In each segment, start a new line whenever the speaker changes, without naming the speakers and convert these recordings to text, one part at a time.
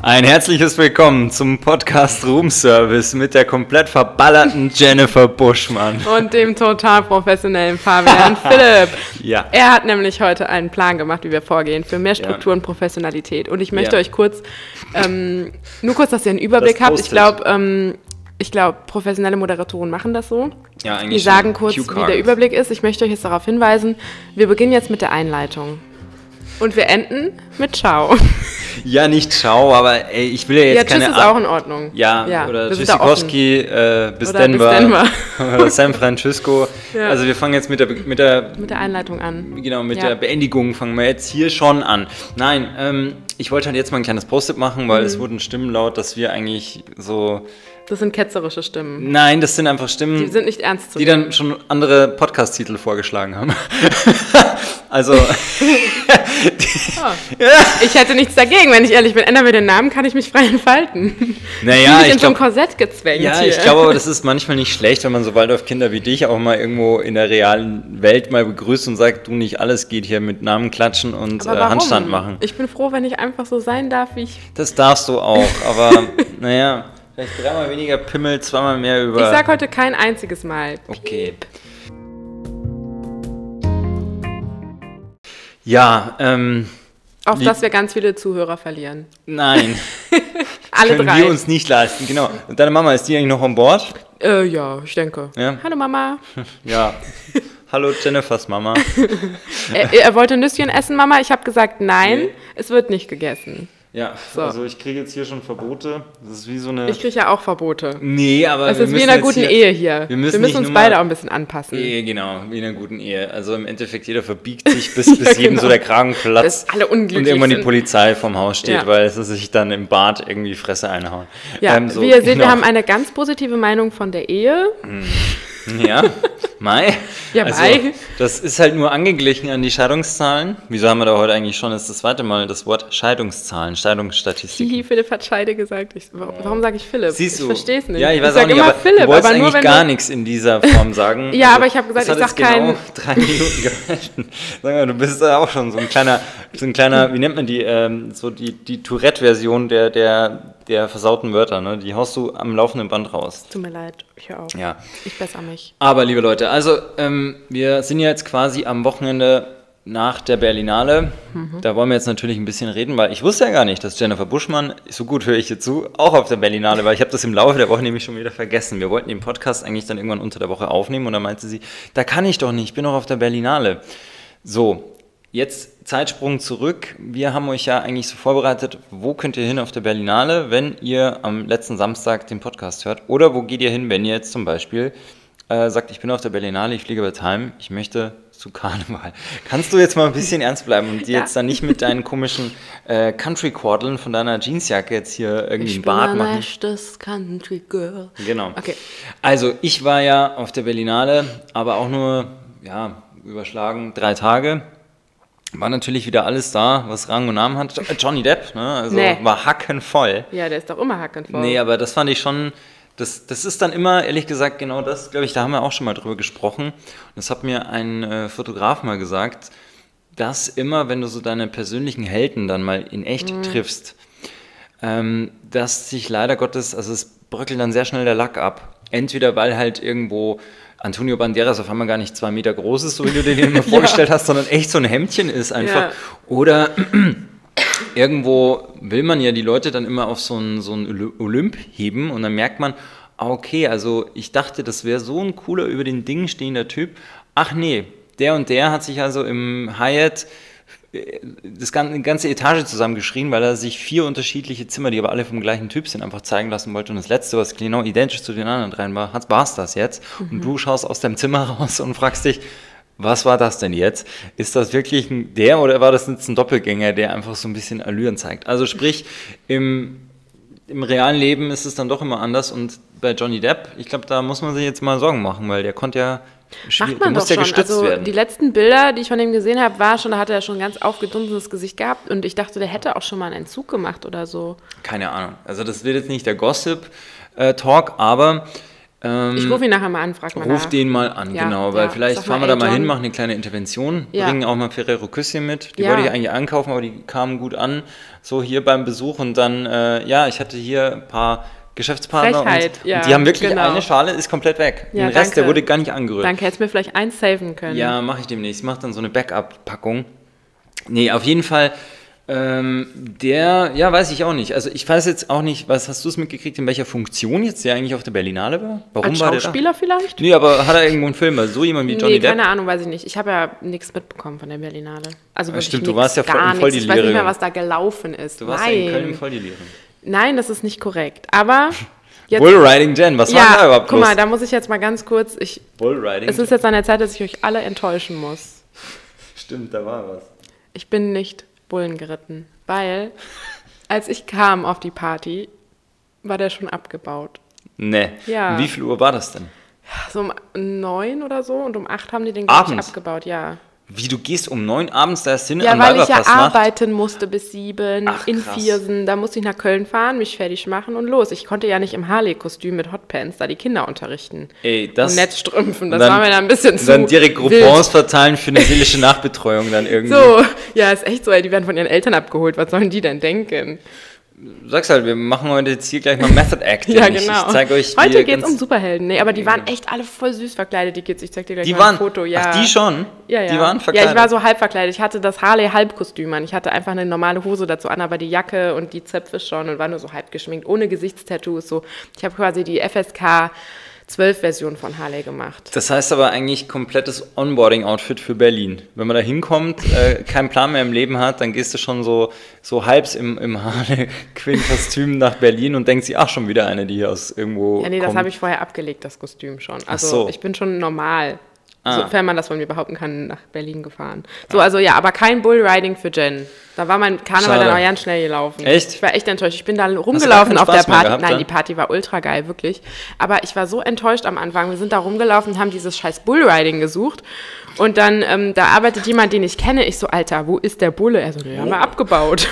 Ein herzliches Willkommen zum Podcast Room Service mit der komplett verballerten Jennifer Buschmann.
Und dem total professionellen Fabian Philipp.
Ja.
Er hat nämlich heute einen Plan gemacht, wie wir vorgehen für mehr Struktur und Professionalität. Und ich möchte
Ja.
euch kurz, ähm, nur kurz, dass ihr einen Überblick
Das
habt. Ich
Post-it.
glaube, ähm, ich glaube, professionelle Moderatoren machen das so.
Ja, eigentlich
Die sagen
schon.
kurz, wie
Cue-Card.
der Überblick ist. Ich möchte euch jetzt darauf hinweisen, wir beginnen jetzt mit der Einleitung. Und wir enden mit Ciao.
Ja, nicht ciao, aber ey, ich will ja jetzt
ja,
keine
Tschüss ist
Ar-
auch in Ordnung.
Ja, oder
wir sind da offen.
Tschüssikowski, äh, bis,
Oder bis
Denver,
Denver.
oder San Francisco.
Ja.
Also wir fangen jetzt mit der, Be- mit der
Mit der Einleitung an.
Genau, mit
Ja.
der Beendigung fangen wir jetzt hier schon an. Nein, ähm, ich wollte halt jetzt mal ein kleines Post-it machen, weil
Mhm.
es wurden Stimmen laut, dass wir eigentlich so.
Das sind ketzerische Stimmen.
Nein, das sind einfach Stimmen,
Die sind nicht ernst
Hm.
zu
die dann schon andere Podcast-Titel vorgeschlagen haben. also,
Ich hätte nichts dagegen, wenn ich ehrlich bin. Ändern wir den Namen, kann ich mich frei entfalten.
naja,
ich bin
ich
in so ein
glaube.
Korsett gezwängt
Ja,
hier.
ich glaube, aber das ist manchmal nicht schlecht, wenn man so Waldorf-Kinder wie dich auch mal irgendwo in der realen Welt mal begrüßt und sagt, du nicht alles geht hier mit Namen klatschen und äh,
Aber warum?
Handstand machen.
Ich bin froh, wenn ich einfach so sein darf, wie ich.
Das darfst du auch, aber naja, vielleicht dreimal weniger Pimmel, zweimal mehr über.
Ich sag heute kein einziges Mal.
Okay. Ja, ähm,
Auf
Wie-
dass wir ganz viele Zuhörer verlieren.
nein.
Alle
können
drei.
wir uns nicht leisten, genau. Und deine Mama, ist die eigentlich noch an Bord?
äh, ja, ich denke.
Ja.
Hallo Mama.
Ja. Hallo Jennifers Mama.
er, er wollte Nüsschen essen, Mama. Ich habe gesagt, nein,
Nee.
es wird nicht gegessen.
Ja,
So.
also ich kriege jetzt hier schon Verbote. Das ist wie so eine.
Ich kriege ja auch Verbote.
nee, aber.
Es
Also wir
ist wie
müssen
in einer
jetzt
guten
hier,
Ehe hier.
wir müssen nicht
uns
nur
beide
mal-
auch ein bisschen anpassen.
Ehe, genau, wie in einer guten Ehe. Also im Endeffekt, jeder verbiegt sich, bis, bis jedem
genau.
so der Kragen platzt.
Bis alle unglücklich
Und irgendwann die
sind.
Polizei vom Haus steht,
Ja.
weil sie sich dann im Bad irgendwie Fresse einhauen.
Ja,
Ähm, so,
wie ihr seht,
genau.
wir haben eine ganz positive Meinung von der Ehe.
Ja, Mai. Also,
Ja, Mai.
Das ist halt nur angeglichen an die Scheidungszahlen. Wieso haben wir da heute eigentlich schon das, das zweite Mal das Wort Scheidungszahlen, Scheidungsstatistik?
Hihi, Philipp hat Scheide gesagt. Ich, wa- warum sage ich Philipp?
Siehst du?
Ich verstehe es nicht.
Ja, ich weiß
sag
auch nicht,
immer
aber
Philipp,
du wolltest
aber nur
eigentlich
wenn
gar
du,
nichts in dieser Form sagen. Also
Ja, aber ich habe gesagt,
das
ich
hat
sag
jetzt genau
keinen-
drei Minuten gehalten. Sag mal, du bist ja auch schon so ein kleiner, so ein kleiner, wie nennt man die, ähm, so die, die Tourette-Version der, der, der versauten Wörter, ne? Die haust du am laufenden Band raus.
Tut mir leid, ich auch.
Ja.
Ich besser mich.
Aber liebe Leute, also ähm, wir sind ja jetzt quasi am Wochenende nach der Berlinale. Da wollen wir jetzt natürlich ein bisschen reden, weil ich wusste ja gar nicht, dass Jennifer Buschmann, so gut höre ich hier zu, auch auf der Berlinale war. Ich habe das im Laufe der Woche nämlich schon wieder vergessen. Wir wollten den Podcast eigentlich dann irgendwann unter der Woche aufnehmen und dann meinte sie, da kann ich doch nicht, ich bin doch auf der Berlinale. So, jetzt Zeitsprung zurück. Wir haben euch ja eigentlich so vorbereitet, wo könnt ihr hin auf der Berlinale, wenn ihr am letzten Samstag den Podcast hört? Oder wo geht ihr hin, wenn ihr jetzt zum Beispiel äh, sagt, ich bin auf der Berlinale, ich fliege bald heim, ich möchte zu Karneval. Kannst du jetzt mal ein bisschen ernst bleiben und dir
Ja.
jetzt dann nicht mit deinen komischen äh, Country-Quarteln von deiner Jeansjacke jetzt hier irgendwie einen
Ich bin
Bart
ein
machen?
echtes Country Girl.
Genau.
Okay.
Also ich war ja auf der Berlinale, aber auch nur, ja, überschlagen drei Tage. War natürlich wieder alles da, was Rang und Namen hat. Jo- äh, Johnny Depp, ne? Also
Nee.
war hackenvoll.
Ja, der ist doch immer hackend voll.
Nee, aber das fand ich schon, das, das ist dann immer, ehrlich gesagt, genau das, glaube ich, da haben wir auch schon mal drüber gesprochen. Und das hat mir ein äh, Fotograf mal gesagt, dass immer, wenn du so deine persönlichen Helden dann mal in echt triffst, ähm, dass sich leider Gottes, also es bröckelt dann sehr schnell der Lack ab. Entweder weil halt irgendwo Antonio Banderas auf einmal gar nicht zwei Meter groß ist, so wie du dir den immer vorgestellt hast, sondern echt so ein Hemdchen ist einfach.
Ja.
Oder irgendwo will man ja die Leute dann immer auf so einen, so einen Oly- Olymp heben und dann merkt man, ah, okay, also ich dachte, das wäre so ein cooler, über den Dingen stehender Typ. Ach nee, der und der hat sich also im Hyatt äh, das ganze, eine ganze Etage zusammengeschrien, weil er sich vier unterschiedliche Zimmer, die aber alle vom gleichen Typ sind, einfach zeigen lassen wollte. Und das letzte, was genau identisch zu den anderen dreien war, hat- war's das jetzt.
Mhm.
Und du schaust aus deinem Zimmer raus und fragst dich, was war das denn jetzt? Ist das wirklich ein, der oder war das jetzt ein Doppelgänger, der einfach so ein bisschen Allüren zeigt? Also sprich, im, im realen Leben ist es dann doch immer anders und bei Johnny Depp, ich glaube, da muss man sich jetzt mal Sorgen machen, weil der konnte ja, schwier-
Macht
der
man doch
muss ja
schon.
gestützt
Also
werden.
die letzten Bilder, die ich von ihm gesehen habe, war schon, da hatte er schon ein ganz aufgedunsenes Gesicht gehabt und ich dachte, der hätte auch schon mal einen Entzug gemacht oder so.
Keine Ahnung. Also das wird jetzt nicht der Gossip-Talk, äh, aber Ähm,
Ich rufe ihn nachher mal an, frag mal
Ruf
nach.
den mal an,
Ja,
genau, weil
ja.
vielleicht
Sag
fahren wir
mal,
da
ey,
mal hin,
John.
machen eine kleine Intervention,
Ja.
bringen auch mal Ferrero Küsschen mit. Die
Ja.
wollte ich eigentlich ankaufen, aber die kamen gut an, so hier beim Besuch und dann, äh, ja, ich hatte hier ein paar Geschäftspartner
Frechheit,
und,
ja,
und die haben wirklich
genau.
eine Schale, ist komplett weg.
Ja,
Den Rest, der
danke.
wurde gar nicht angerührt.
Danke, hättest mir vielleicht eins saven können.
Ja, mache ich demnächst. Ich mache dann so eine Backup-Packung. Nee, auf jeden Fall, ähm, der, ja, weiß ich auch nicht. Also ich weiß jetzt auch nicht, was hast du es mitgekriegt, in welcher Funktion jetzt der eigentlich auf der Berlinale war? Warum
Als
war der da?
Schauspieler vielleicht?
Nee, aber hat er irgendwo einen Film? Also so jemand wie Johnny
nee,
Depp?
keine Ahnung, weiß ich nicht. Ich habe ja nichts mitbekommen von der Berlinale. Also
Ah,
wirklich
stimmt, du
nix,
warst ja voll-
gar
voll die
nichts. Ich weiß nicht
Lehrerin.
mehr, was da gelaufen ist.
Du warst
Nein.
ja in Köln im Volljährigen.
Nein, das ist nicht korrekt. Aber jetzt,
Bullriding Jen, was war denn da
ja,
überhaupt
guck mal,
los?
da muss ich jetzt mal ganz kurz. Ich,
Bullriding
es ist jetzt an der Zeit, dass ich euch alle enttäuschen muss.
Stimmt, da war was.
Ich bin nicht Bullen geritten, weil als ich kam auf die Party, war der schon abgebaut.
Nee.
Ja.
Wie viel Uhr war das denn?
So um neun oder so und um acht haben die den glaub ich
Abends?
abgebaut, ja.
Wie, du gehst um neun abends da erst hin
Ja,
an
weil ich ja
Weiberfastnacht?
arbeiten musste bis sieben
Ach,
in
krass.
Viersen. Da musste ich nach Köln fahren, mich fertig machen und los. Ich konnte ja nicht im Harley-Kostüm mit Hotpants da die Kinder unterrichten.
Ey, das-
und Netzstrümpfen, das
Und dann-
war mir dann ein bisschen zu
Dann direkt
wild.
Groupons verteilen für eine seelische Nachbetreuung dann irgendwie.
So, ja, ist echt so, ey, die werden von ihren Eltern abgeholt. Was sollen die denn denken?
Sag's halt, wir machen heute jetzt hier gleich mal Method Acting.
Ja, genau.
Ich, ich zeig euch, wie ihr
Heute geht's
ganz- genau.
um Superhelden. Nee, aber die waren echt alle voll süß verkleidet, die Kids. Ich zeig dir gleich
Die
mal ein
waren.
Foto. Ja.
Ach, die schon?
Ja, ja.
Die waren verkleidet.
Ja, ich war so halb verkleidet. Ich hatte das Harley-Halbkostüm an. Ich hatte einfach eine normale Hose dazu an, aber die Jacke und die Zöpfe schon und war nur so halb geschminkt, ohne Gesichtstattoos. So. Ich habe quasi die FSK 12-Version von Harley gemacht.
Das heißt aber eigentlich komplettes Onboarding-Outfit für Berlin. Wenn man da hinkommt, äh, keinen Plan mehr im Leben hat, dann gehst du schon so, so halbs im, im Harley-Quinn-Kostüm nach Berlin und denkst dir, ach, schon wieder eine, die hier aus irgendwo.
Ja, nee, das
kommt.
habe ich vorher abgelegt, das Kostüm schon. Also
so.
ich bin schon normal,
Ah.
sofern man das von mir behaupten kann, nach Berlin gefahren. So, also ja, aber kein Bullriding für Jen. Da war mein Karneval
Schade.
dann auch ganz schnell gelaufen.
Echt?
Ich war echt enttäuscht. Ich bin da
gar keinen
rumgelaufen auf der
Spaß mehr
Party.
gehabt
Nein,
dann?
die Party war ultra geil, wirklich. Aber ich war so enttäuscht am Anfang. Wir sind da rumgelaufen und haben dieses scheiß Bullriding gesucht. Und dann, ähm, da arbeitet jemand, den ich kenne. Ich so, Alter, wo ist der Bulle? Er so, den haben wir abgebaut.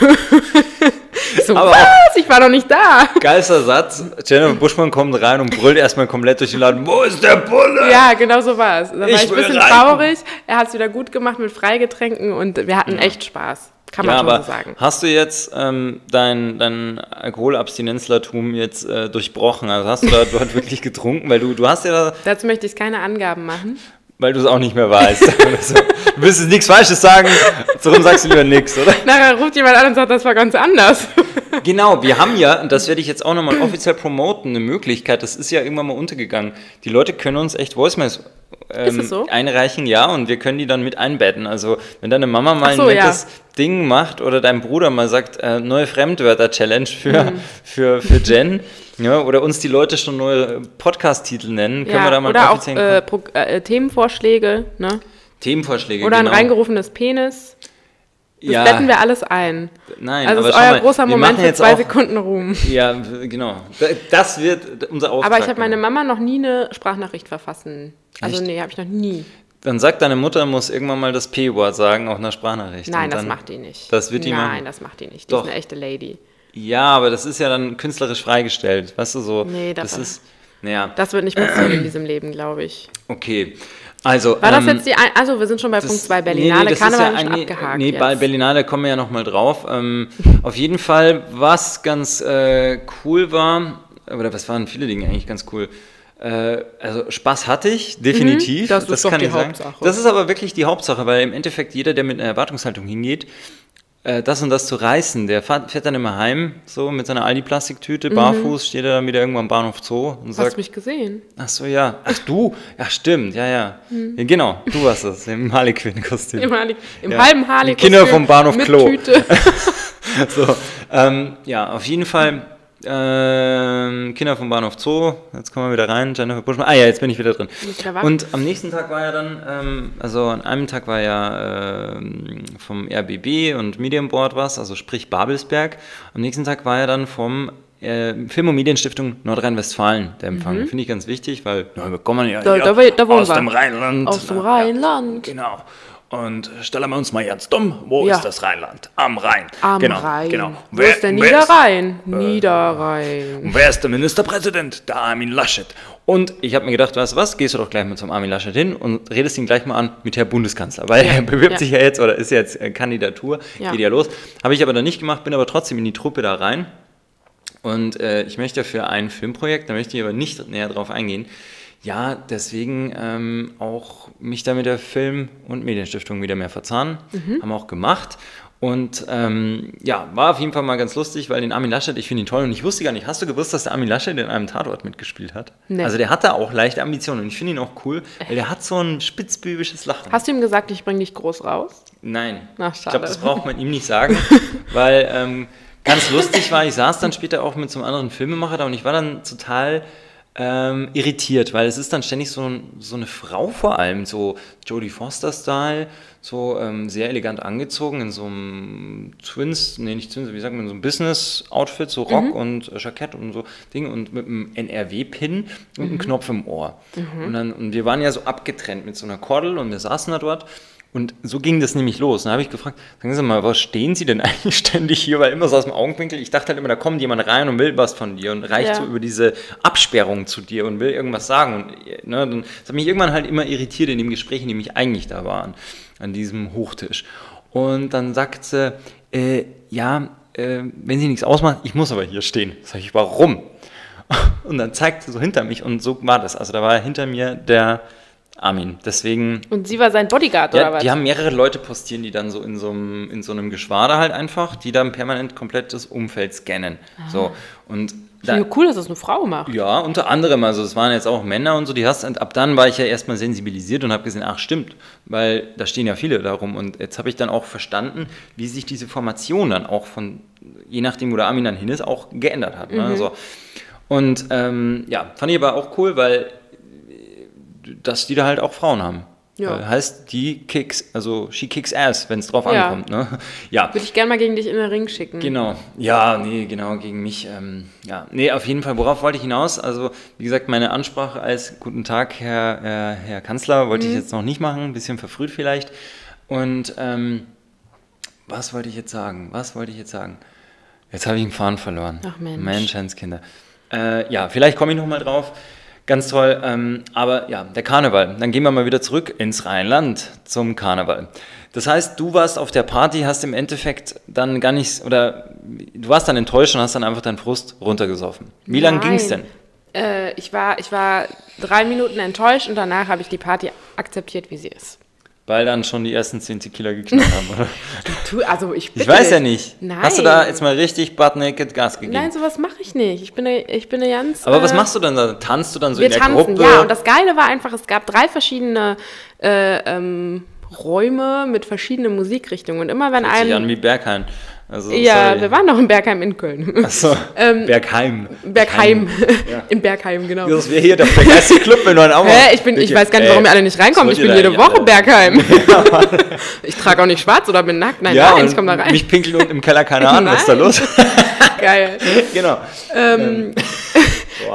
ich so,
Aber auch-
was? Ich war noch nicht da.
Geilster Satz: Jennifer Buschmann kommt rein und brüllt erstmal komplett durch den Laden: Wo ist der Bulle?
Ja, genau so war es. Da war
Ich
ich,
will
ein bisschen
reiten.
traurig. Er hat es wieder gut gemacht mit Freigetränken und wir hatten echt Spaß. Kann man
Ja,
schon
aber
so sagen.
hast du jetzt ähm, dein, dein Alkoholabstinenzlertum jetzt äh, durchbrochen? Also hast du da dort wirklich getrunken? Weil du, du hast ja da,
Dazu möchte ich keine Angaben machen.
weil du es auch nicht mehr weißt. oder so. Du willst jetzt nichts Falsches sagen, darum sagst du lieber nichts, oder?
Nachher ruft jemand an und sagt, das war ganz anders.
Genau, wir haben ja, und das werde ich jetzt auch nochmal offiziell promoten, eine Möglichkeit, das ist ja irgendwann mal untergegangen. Die Leute können uns echt Voicemails ähm,
Ist es so?
einreichen, ja, und wir können die dann mit einbetten. Also, wenn deine Mama mal
Ach so,
ein nettes Ding macht oder dein Bruder mal sagt, äh, neue Fremdwörter-Challenge für,
Mhm.
für, für Jen, ja, oder uns die Leute schon neue Podcast-Titel nennen, können wir da mal
oder
einen
auch
offiziellen
äh, Pro äh, Themenvorschläge ne?
Themenvorschläge
oder
genau.
ein reingerufenes Penis. Das
ja,
betten wir alles ein.
Nein,
Also
aber
es ist
schau
euer
mal,
großer
wir
Moment
machen
für
jetzt
zwei
auch-
Sekunden Ruhm.
Ja, genau. Das wird unser Auftrag. genau.
Aber ich habe meine Mama noch nie eine Sprachnachricht verfassen. Also
Echt?
nee, habe ich noch nie.
Dann sagt deine Mutter, muss irgendwann mal das P-Wort sagen, auch in der Sprachnachricht.
Nein,
Und
das
dann-
macht die nicht.
Das wird die
Nein,
machen.
das macht die nicht. Die
Doch.
ist eine echte Lady.
Ja, aber das ist ja dann künstlerisch freigestellt. Weißt du so?
Nee,
das
davon-
ist. Naja,
Das wird nicht passieren in diesem Leben, glaube ich.
okay. Also.
War das
ähm,
jetzt die ein Also, wir sind schon bei Punkt 2 Berlinale.
das ist
Karneval ist
eigentlich-
abgehakt.
Nee,
jetzt.
bei Berlinale kommen wir ja nochmal drauf. Ähm, auf jeden Fall, was ganz äh, cool war, oder was waren viele Dinge eigentlich ganz cool. Äh, also Spaß hatte ich, definitiv.
Mhm, das ist doch
kann
die
ich sagen.
Hauptsache.
Das ist aber wirklich die Hauptsache, weil im Endeffekt jeder, der mit einer Erwartungshaltung hingeht, äh, das und das zu reißen, der fährt, fährt dann immer heim, so mit seiner Aldi-Plastiktüte, barfuß, steht er dann wieder irgendwo am Bahnhof Zoo und
Mhm. Hast
sagt,
du mich gesehen?
ach so, ja, ach du, ja stimmt, ja, ja, ja genau, du warst es, im Harley-Quinn-Kostüm.
Im, Harley, im
Ja.
halben Harley.
Die Kinder vom Bahnhof
mit
Klo.
Tüte.
So, ähm, ja, auf jeden Fall. Ähm, Kinder vom Bahnhof Zoo, jetzt kommen wir wieder rein, Jennifer Buschmann. Ah ja, jetzt bin ich wieder drin.
Nicht wieder wach.
Und am nächsten Tag war ja dann, ähm, also an einem Tag war ja ähm, vom RBB und Medium Board was, also sprich Babelsberg. Am nächsten Tag war ja dann vom äh, Film- und Medienstiftung Nordrhein-Westfalen der Empfang.
Mhm.
Finde ich ganz wichtig, weil ja, wir kommen ja
Da-
hier
da- da wohnen
aus
wir.
dem Rheinland.
Aus dem
Ja,
Rheinland.
Genau. Und stellen wir uns mal ganz dumm, wo
Ja.
ist das Rheinland? Am Rhein.
Am
genau,
Rhein.
Genau.
Wo ist der Niederrhein?
Äh,
Niederrhein.
Und wer ist der Ministerpräsident? Der Armin Laschet. Und ich habe mir gedacht, weißt du was, gehst du doch gleich mal zum Armin Laschet hin und redest ihn gleich mal an mit Herr Bundeskanzler, weil er bewirbt
ja.
sich ja jetzt oder ist jetzt äh, Kandidatur,
Ja.
geht ja los. Habe ich aber dann nicht gemacht, bin aber trotzdem in die Truppe da rein. Und äh, ich möchte für ein Filmprojekt, da möchte ich aber nicht näher drauf eingehen, ja, deswegen ähm, auch mich da mit der Film- und Medienstiftung wieder mehr verzahnen. Haben wir auch gemacht. Und ähm, ja, war auf jeden Fall mal ganz lustig, weil den Armin Laschet, ich finde ihn toll und ich wusste gar nicht, hast du gewusst, dass der Armin Laschet in einem Tatort mitgespielt hat?
Nee.
Also der hat da auch leichte Ambitionen und ich finde ihn auch cool, weil der hat so ein spitzbübisches Lachen.
Hast du ihm gesagt, ich bring dich groß raus?
Nein.
Na,
ich
schade.
glaube, das braucht man ihm nicht sagen, weil ähm, ganz lustig war, ich saß dann später auch mit so einem anderen Filmemacher da und ich war dann total ähm, irritiert, weil es ist dann ständig so, ein, so eine Frau vor allem, so Jodie Foster-Style, so ähm, sehr elegant angezogen in so einem Twins, nee, nicht Twins, wie sagt man, so einem Business-Outfit, so Rock und äh, Jackett und so Ding und mit einem NRW-Pin und einem Knopf im Ohr. Und, dann, und wir waren ja so abgetrennt mit so einer Kordel und wir saßen da dort und so ging das nämlich los. Dann habe ich gefragt, sagen Sie mal, was stehen Sie denn eigentlich ständig hier? Weil immer so aus dem Augenwinkel, ich dachte halt immer, da kommt jemand rein und will was von dir und reicht
Ja.
so über diese Absperrung zu dir und will irgendwas sagen. Und, ne, dann, das hat mich irgendwann halt immer irritiert in dem Gespräch, in dem ich eigentlich da war, an, an diesem Hochtisch. Und dann sagt sie, äh, ja, äh, wenn sie nichts ausmacht, ich muss aber hier stehen. Sag ich, warum? Und dann zeigt sie so hinter mich und so war das. Also da war hinter mir der Armin. Deswegen
Und sie war sein Bodyguard oder
ja,
was?
die haben mehrere Leute postieren, die dann so in so einem, in so einem Geschwader halt einfach, die dann permanent komplett das Umfeld scannen.
Ah.
So. Und
Ich
da,
finde cool, dass es eine Frau macht.
ja, unter anderem, also es waren jetzt auch Männer und so, die hast, und ab dann war ich ja erstmal sensibilisiert und habe gesehen, ach stimmt, weil da stehen ja viele darum und jetzt habe ich dann auch verstanden, wie sich diese Formation dann auch von, je nachdem, wo der Armin dann hin ist, auch geändert hat.
Mhm.
Ne? So. Und ähm, ja, fand ich aber auch cool, weil äh, dass die da halt auch Frauen haben.
Ja.
Äh, Heißt, die kicks, also she kicks ass, wenn es drauf
Ja.
ankommt. Ne? Ja,
Würde ich gerne mal gegen dich in den Ring schicken.
Genau, ja, nee, genau, gegen mich. Ähm, ja, nee, auf jeden Fall, worauf wollte ich hinaus? Also, wie gesagt, meine Ansprache als Guten Tag, Herr, äh, Herr Kanzler, wollte ich jetzt noch nicht machen, ein bisschen verfrüht vielleicht. Und ähm, was wollte ich jetzt sagen? Was wollte ich jetzt sagen? Jetzt habe ich den Faden verloren.
Ach, Mensch.
Menschenskinder. Äh, ja, vielleicht komme ich nochmal drauf. Ganz toll. Ähm, aber ja, der Karneval. Dann gehen wir mal wieder zurück ins Rheinland zum Karneval. Das heißt, du warst auf der Party, hast im Endeffekt dann gar nichts, oder du warst dann enttäuscht und hast dann einfach deinen Frust runtergesoffen. Wie lange
Nein.
ging es denn?
Äh, ich, war, ich war drei Minuten enttäuscht und danach habe ich die Party akzeptiert, wie sie ist.
Weil dann schon die ersten 10 Tequila geknallt haben, oder?
Tu, also ich
Ich
bitte
weiß
dich.
ja nicht.
Nein.
Hast du da jetzt mal richtig butt naked Gas gegeben?
Nein, sowas mache ich nicht. Ich bin, eine- ich bin eine ganz.
aber was
äh,
machst du dann da? Tanzt du dann so
Wir
in der
tanzen,
Gruppe?
ja. Und das Geile war einfach, es gab drei verschiedene äh, ähm, Räume mit verschiedenen Musikrichtungen. Und immer wenn
Hört sich an
ein.
wie Berghain. Also,
Ja,
sorry.
wir waren noch in Bergheim in Köln.
Achso, Bergheim.
Ähm, Bergheim. In Bergheim, genau.
Das wäre hier doch der geilste Club, wenn du einen auch Äh,
Hä? Ich, bin, ich weiß gar nicht, warum ihr alle nicht reinkommt. Ich bin jede Woche Bergheim. ich trage auch nicht schwarz oder bin nackt. Nein,
Ja,
nein,
und
ich komme da rein.
Mich pinkelt unten im Keller keiner an. Was ist da
Nein.
los?
Geil.
genau.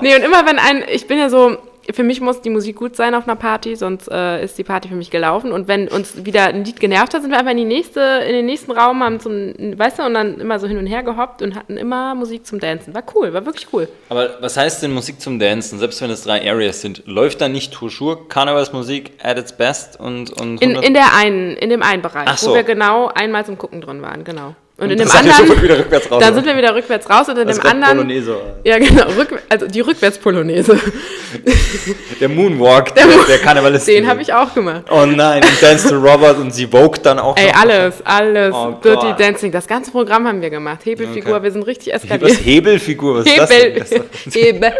Nee, und immer wenn ein, ich bin ja so, für mich muss die Musik gut sein auf einer Party, sonst äh, ist die Party für mich gelaufen. Und wenn uns wieder ein Lied genervt hat, sind wir einfach in, die nächste, in den nächsten Raum, haben zum, weißt du, und dann immer so hin und her gehoppt und hatten immer Musik zum Dancen. War cool, war wirklich cool.
Aber was heißt denn Musik zum Dancen? Selbst wenn es drei Areas sind, läuft da nicht Touchur, Karnevalsmusik at its best und. und
In, in der einen, in dem einen Bereich,
Ach so.
wo wir genau einmal zum Gucken drin waren, genau. Und, in dem
das hat ja schon
anderen,
wieder rückwärts raus,
dann
oder?
sind wir wieder rückwärts raus und in
Das
dem
kommt
anderen,
Bolognese, oder?
ja genau, rück, also die Rückwärts-Polonaise,
der Moonwalk, der, der Karnevalist.
den habe ich auch gemacht.
Oh nein, und Dance to Robert und sie woke dann auch.
Ey,
noch.
alles, alles.
Oh
Dirty
Gott.
Dancing, das ganze Programm haben wir gemacht. Hebelfigur,
Okay.
wir sind richtig
Was
eskaliert.
Hebelfigur, was ist das denn?
Hebel.
Das ist-
Hebel.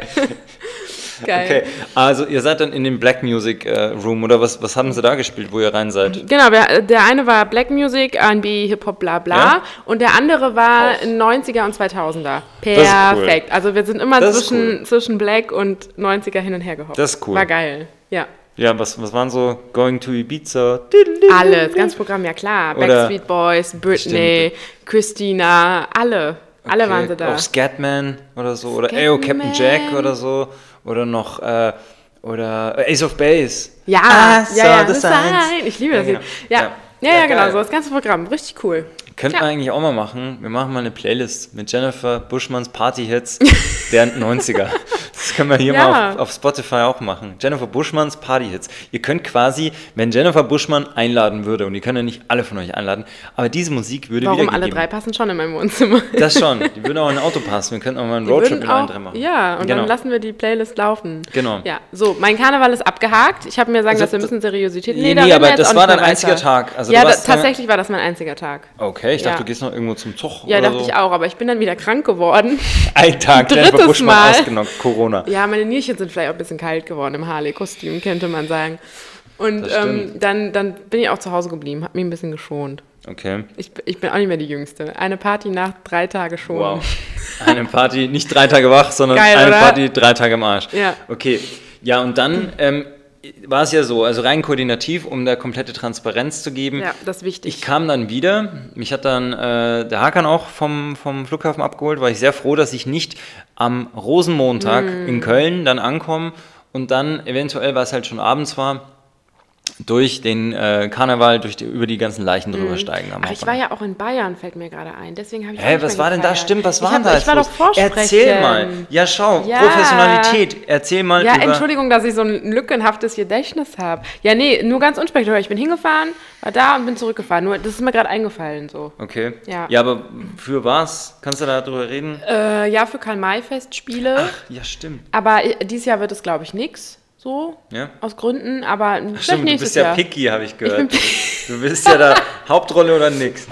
Geil.
Okay, also ihr seid dann in dem Black Music äh, Room oder was, was haben sie da gespielt, wo ihr rein seid?
Genau, wir, der eine war Black Music, R&B, Hip-Hop, bla bla.
Ja.
Und der andere war
Auch.
90er und 2000er.
ist cool.
Perfekt. Also wir sind immer
Das ist
zwischen, zwischen Black und 90er hin und her gehoppt.
Das ist cool.
War geil, ja.
Ja, was, was waren so Going to Ibiza?
Alles, ganz Programm, ja klar.
Oder-
Backstreet Boys, Britney, Christina, alle. Alle waren
Oh,
sie da.
Auch Scatman oder so oder Ayo oh, Captain
Scatman.
Jack oder so oder noch äh, Oder Ace of Base.
Ja,
Ah, so,
ja, ja,
das
das
ist eins.
sein. Ich liebe
Ja,
das
genau.
Lied. Ja,
Ja.
ja,
Ja,
ja, genau,
geil.
so das ganze Programm. Richtig cool.
Könnten wir
Tja.
eigentlich auch mal machen. Wir machen mal eine Playlist mit Jennifer Buschmanns Party-Hits der 90er. Das können wir hier
Ja.
mal auf, auf Spotify auch machen. Jennifer Buschmanns Party-Hits. Ihr könnt quasi, wenn Jennifer Buschmann einladen würde, und die können ja nicht alle von euch einladen, aber diese Musik würde
Warum alle
wiedergegeben.
drei passen schon in meinem Wohnzimmer?
Das schon. Die würden auch in ein Auto passen. Wir könnten auch mal einen
Die
Roadtrip
würden
mit allen
auch-
drei machen.
Ja, und
genau.
dann lassen wir die Playlist laufen.
Genau.
Ja, so, mein Karneval ist abgehakt. Ich habe mir sagen,
Also,
dass wir müssen Seriosität.
nee, nee,
da reden
aber
wir jetzt
das
auch
war
nicht mehr
dein einziger
weiter.
Tag. Also
ja,
du
da,
warst ja-
tatsächlich war das mein einziger Tag.
Okay, ich dachte,
Ja.
du gehst noch irgendwo zum Zug.
Ja,
oder
dachte
so.
ich auch, aber ich bin dann wieder krank geworden.
Ein Tag, Jennifer
Drittes
Buschmann
Mal.
ausgenommen. Corona.
Ja, meine Nierchen sind vielleicht auch ein bisschen kalt geworden im Harley-Kostüm, könnte man sagen. Und
Das
ähm,
stimmt.
dann, dann bin ich auch zu Hause geblieben, habe mich ein bisschen geschont.
Okay.
Ich, ich bin auch nicht mehr die Jüngste. Eine Party nach drei Tage schon.
Wow. Eine Party, nicht drei Tage wach, sondern
Geil,
eine
oder?
Party, drei Tage im Arsch.
Ja.
Okay. Ja, und dann ähm, war es ja so, also rein koordinativ, um da komplette Transparenz zu geben.
Ja, das ist wichtig.
Ich kam dann wieder, mich hat dann äh, der Hakan auch vom, vom Flughafen abgeholt, war ich sehr froh, dass ich nicht am Rosenmontag
Mm.
in Köln dann ankomme und dann eventuell, weil es halt schon abends war, durch den äh, Karneval, durch die, über die ganzen Leichen drüber steigen. Am
Mm. Ach, ich
Hauptbahnhof.
war ja auch in Bayern, fällt mir gerade ein. Deswegen habe ich. auch
Hä,
nicht
was
mehr
war denn da?
gefeiert.
Stimmt, was
Ich
war
hab-
denn da?
Ich war doch
jetzt los?
Vorsprechen.
Erzähl mal. Ja, schau,
Ja.
Professionalität. Erzähl mal
Ja,
über...
Entschuldigung, dass ich so ein lückenhaftes Gedächtnis habe. Ja, nee, nur ganz unspektakulär. Ich bin hingefahren, war da und bin zurückgefahren. Nur, das ist mir gerade eingefallen so.
Okay.
Ja.
ja, aber für was? Kannst du da drüber reden?
Äh, ja, für Karl-May-Festspiele.
ja, stimmt.
Aber äh, dieses Jahr wird es, glaube ich, nix. So.
Ja.
Aus Gründen, aber vielleicht
Stimmt, du
nächstes
bist ja
Jahr.
picky, habe ich gehört. du bist ja da Hauptrolle oder nix.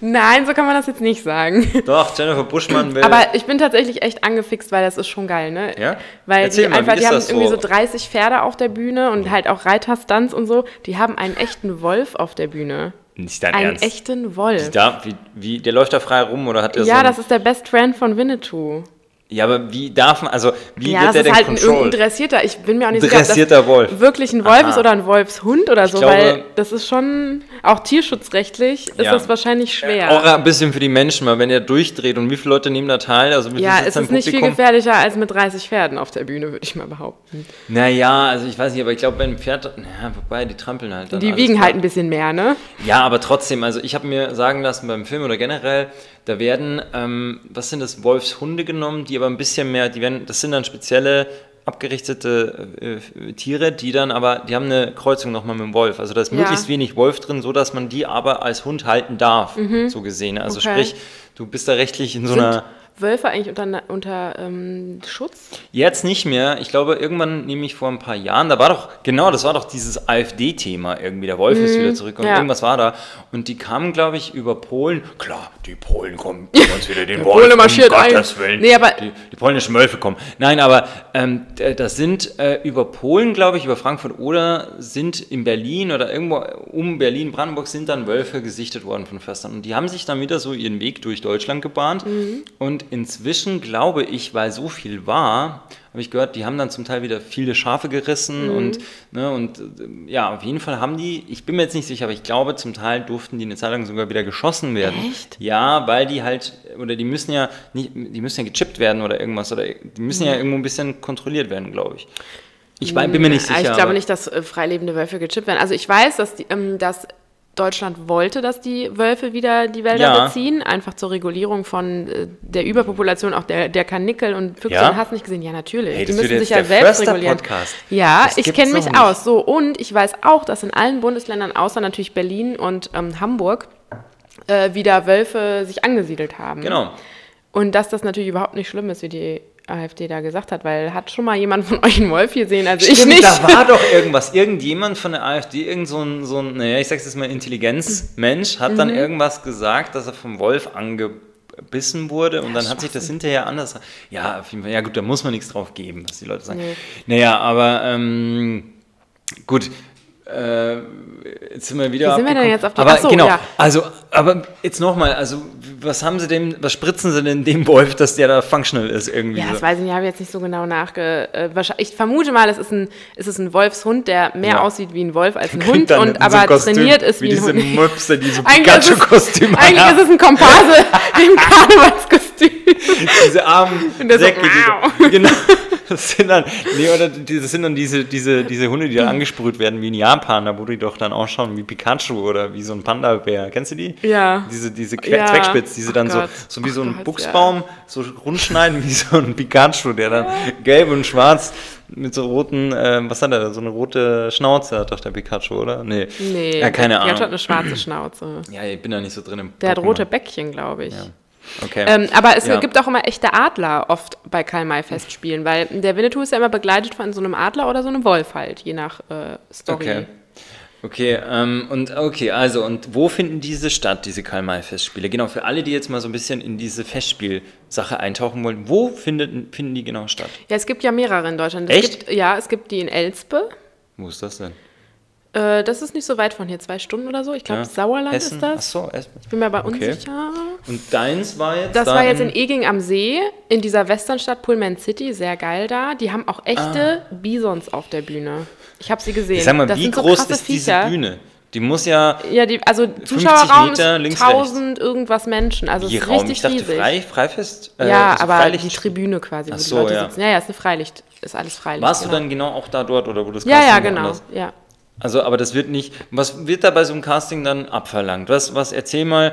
Nein, so kann man das jetzt nicht sagen.
Doch, Jennifer Buschmann will...
Aber ich bin tatsächlich echt angefixt, weil das ist schon geil, ne?
Ja?
Weil
Erzähl
die
mal,
einfach,
wie
die
ist
haben
das so? Mhm.
irgendwie so 30 Pferde auf der Bühne und halt auch Reiterstunts und so. Die haben einen echten Wolf auf der Bühne.
nicht dein
Einen
Ernst.
echten Wolf.
Da, wie, wie, der läuft da frei rum oder hat der so
Ja,
ein-
das ist der Best Friend von Winnetou.
Ja, aber wie darf man... Also, wie
ja,
wird
das
der
ist
denn
halt ein irgendein
controlled?
dressierter. Ich bin mir auch nicht sicher,
Dressierter
ob das
Wolf.
wirklich ein Wolf
Aha.
ist oder ein Wolfshund oder so,
glaube-
weil das ist schon auch tierschutzrechtlich ist
Ja. Äh,
das wahrscheinlich schwer.
Auch ein bisschen für die Menschen, weil wenn er durchdreht und wie viele Leute nehmen da teil, also wie
ja,
viel
es
sitzt da im
ist nicht viel
Publikum?
gefährlicher als mit 30 Pferden auf der Bühne, würde ich mal behaupten.
Naja, also ich weiß nicht, aber ich glaube, wenn ein Pferd, naja, wobei, die trampeln halt dann.
Die
alles
wiegen
platt.
halt ein bisschen mehr, ne?
Ja, aber trotzdem, also ich habe mir sagen lassen, beim Film oder generell, da werden, ähm, was sind das, Wolfshunde genommen, die aber ein bisschen mehr, die werden, das sind dann spezielle abgerichtete äh, äh, Tiere, die dann aber, die haben eine Kreuzung nochmal mit dem Wolf. Also da ist
Ja.
möglichst wenig Wolf drin, so dass man die aber als Hund halten darf, so gesehen. Also
Mhm. Okay.
sprich, du bist da rechtlich in so
Sind
einer...
Wölfe eigentlich unter, unter ähm, Schutz?
Jetzt nicht mehr. Ich glaube, irgendwann, nämlich vor ein paar Jahren, da war doch, genau, das war doch dieses AfD-Thema irgendwie. Der Wolf ist wieder zurück und
ja.
irgendwas war da. Und die kamen, glaube ich, über Polen. Klar, die Polen kommen geben uns wieder den Wolf.
Pole marschiert
um
ein.
Gottes Willen.
Nee, aber-
die, die polnischen Wölfe kommen. Nein, aber ähm, d- das sind äh, über Polen, glaube ich, über Frankfurt oder sind in Berlin oder irgendwo um Berlin, Brandenburg, sind dann Wölfe gesichtet worden von Förstern. Und die haben sich dann wieder so ihren Weg durch Deutschland gebahnt. Und inzwischen glaube ich, weil so viel war, habe ich gehört, die haben dann zum Teil wieder viele Schafe gerissen und, ne, und äh, ja, auf jeden Fall haben die, ich bin mir jetzt nicht sicher, aber ich glaube, zum Teil durften die eine Zeit lang sogar wieder geschossen werden.
Echt?
Ja, weil die halt, oder die müssen ja nicht, die müssen ja gechippt werden oder irgendwas, oder die müssen
Mhm.
ja irgendwo ein bisschen kontrolliert werden, glaube ich. Ich wei- bin mir nicht
Ah,
sicher.
ich
aber-
glaube nicht, dass äh, freilebende Wölfe gechippt werden. Also ich weiß, dass, die, ähm, dass Deutschland wollte, dass die Wölfe wieder die Wälder
Ja.
beziehen, einfach zur Regulierung von äh, der Überpopulation, auch der, der Karnickel und Füchse
Ja?
und hast nicht gesehen. Ja, natürlich.
Hey,
die
das
müssen
wird
sich
jetzt
ja
der
selbst
Förster
regulieren.
Podcast.
Ja,
Das
ich
gibt's
kenne
doch
mich
nicht.
aus. So, und ich weiß auch, dass in allen Bundesländern, außer natürlich Berlin und ähm, Hamburg, äh, wieder Wölfe sich angesiedelt haben.
Genau.
Und dass das natürlich überhaupt nicht schlimm ist, wie die AfD da gesagt hat, weil hat schon mal jemand von euch einen Wolf gesehen, also ich
Stimmt,
nicht.
Da war doch irgendwas. Irgendjemand von der AfD, irgend so ein, so ein naja, ich sag's jetzt mal, Intelligenzmensch, hat
Mhm.
dann irgendwas gesagt, dass er vom Wolf angebissen wurde und dann hat sich das hinterher anders. Ja, auf jeden Fall. Ja, gut, da muss man nichts drauf geben, was die Leute sagen. Naja, aber ähm, gut. Äh, jetzt sind wir wieder.
Wie sind wir
abgekommen.
denn jetzt auf die-
aber
Ach so,
genau,
ja.
also, aber jetzt nochmal, also was haben sie dem, was spritzen sie denn dem Wolf, dass der da functional ist irgendwie?
Ja,
so?
das weiß ich nicht, habe ich jetzt nicht so genau nachge... Äh, wahrscheinlich- ich vermute mal, es ist ein, es ist ein Wolfshund, der mehr
Ja.
aussieht wie ein Wolf als ein
Klingt
Hund
dann
und
in so einem
aber
Kostüm,
trainiert ist
wie
wie, ein
diese
Hund.
Möpse, die so
Eigentlich ist es-
Pikachu-Kostüme
Eigentlich
haben.
ist es ein Komparse im Karnevalskostüm.
diese armen
der so,
Säcke. die so-
"Miau."
genau. Das sind dann, nee, oder die- das sind dann diese, diese, diese Hunde,
Mhm.
die dann angesprüht werden, wie in Japan, da wo die doch dann ausschauen wie Pikachu oder wie so ein Panda-Bär. Kennst du die?
Ja.
Diese, diese Que-
Ja.
Zweckspitz, die sie
Oh
dann so,
Gott.
so wie
Oh
so ein
Gott,
Buchsbaum so rundschneiden wie so ein Pikachu, der dann gelb und schwarz mit so roten, ähm, was hat er da, so eine rote Schnauze hat doch der Pikachu, oder? Nee.
Nee,
ja, keine
Pikachu hat
Ahnung.
eine schwarze Schnauze.
Ja, ich bin da nicht so drin im
Der hat
Pokémon.
rote Bäckchen, glaube ich.
Okay.
Ähm, aber es
Ja.
gibt auch immer echte Adler oft bei Karl-May-Festspielen, weil der Winnetou ist ja immer begleitet von so einem Adler oder so einem Wolf halt, je nach äh, Story.
Okay. Okay, ähm, und okay, also und wo finden diese statt, diese Karl-May-Festspiele? Genau, für alle, die jetzt mal so ein bisschen in diese Festspielsache eintauchen wollen, wo findet, finden die genau statt?
Ja, es gibt ja mehrere in Deutschland. Es
Echt?
Gibt, ja, es gibt die in Elspe.
Wo ist das denn?
Äh, das ist nicht so weit von hier, zwei Stunden oder so. Ich glaube,
Ja,
Sauerland
Hessen?
ist das.
Ach so, Essen.
Bin mir aber
Okay.
unsicher.
Und deins war jetzt
Das
da
war jetzt in Eging am See, in dieser Westernstadt Pullman City, sehr geil da. Die haben auch echte Bisons auf der Bühne. Ich habe sie gesehen.
Ah. Ich sag mal,
das
wie
sind so
groß
krasse
ist
Viecher.
diese Bühne? Die muss ja
Ja, die, also Zuschauerraum
Meter
ist
links,
1000 irgendwas Menschen. Also
wie
es ist
Raum.
richtig
Ich dachte
riesig.
frei, Freifest. äh,
ja,
also
aber
Freilicht-
die Tribüne quasi, wo
Ach
die
so,
Leute
ja.
sitzen. Ja, ja, ist eine Freilicht, ist alles Freilicht.
Warst
genau.
du dann genau auch da dort oder wo das
Ja, ja,
Casting
genau.
woanders-
Ja.
Also, aber das wird nicht. Was wird da bei so einem Casting dann abverlangt? Was, was erzähl mal,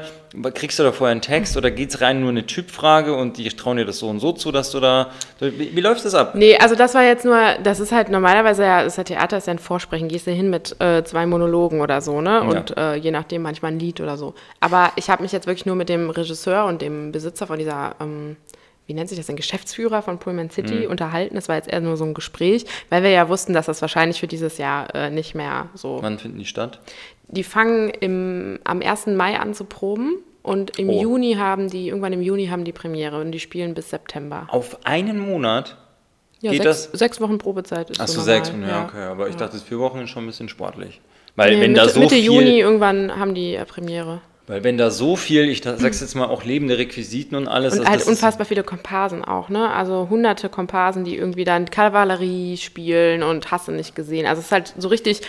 kriegst du da vorher einen Text oder geht's rein nur eine Typfrage und die trauen dir das so und so zu, dass du da. Wie, wie läuft das ab?
Nee, also das war jetzt nur, das ist halt normalerweise ja, das ist ja Theater, ist ja ein Vorsprechen, gehst du hin mit äh, zwei Monologen oder so, ne? Und äh, je nachdem manchmal ein Lied oder so. Aber ich habe mich jetzt wirklich nur mit dem Regisseur und dem Besitzer von dieser, ähm, wie nennt sich das denn, Geschäftsführer von Pullman City
Mhm.
unterhalten. Das war jetzt eher nur so ein Gespräch, weil wir ja wussten, dass das wahrscheinlich für dieses Jahr äh, nicht mehr so.
Wann finden die statt?
Die fangen im, am 1. Mai an zu proben und im
Oh.
Juni haben die, irgendwann im Juni haben die Premiere und die spielen bis September.
Auf einen Monat.
Ja,
Geht
sechs,
das?
sechs Wochen Probezeit ist
Ach so
so
sechs.
normal.
Ja, okay. Aber ich dachte, vier Wochen ist schon ein bisschen sportlich. Weil
Nee,
wenn
Mitte,
da so
Mitte
viel,
Juni irgendwann haben die äh, Premiere.
weil wenn da so viel, ich da- sag's jetzt mal, auch lebende Requisiten und alles.
Und
also
halt
das ist-
unfassbar viele Komparsen auch, ne? Also hunderte Komparsen, die irgendwie dann Kavallerie spielen und hast du nicht gesehen. Also es ist halt so richtig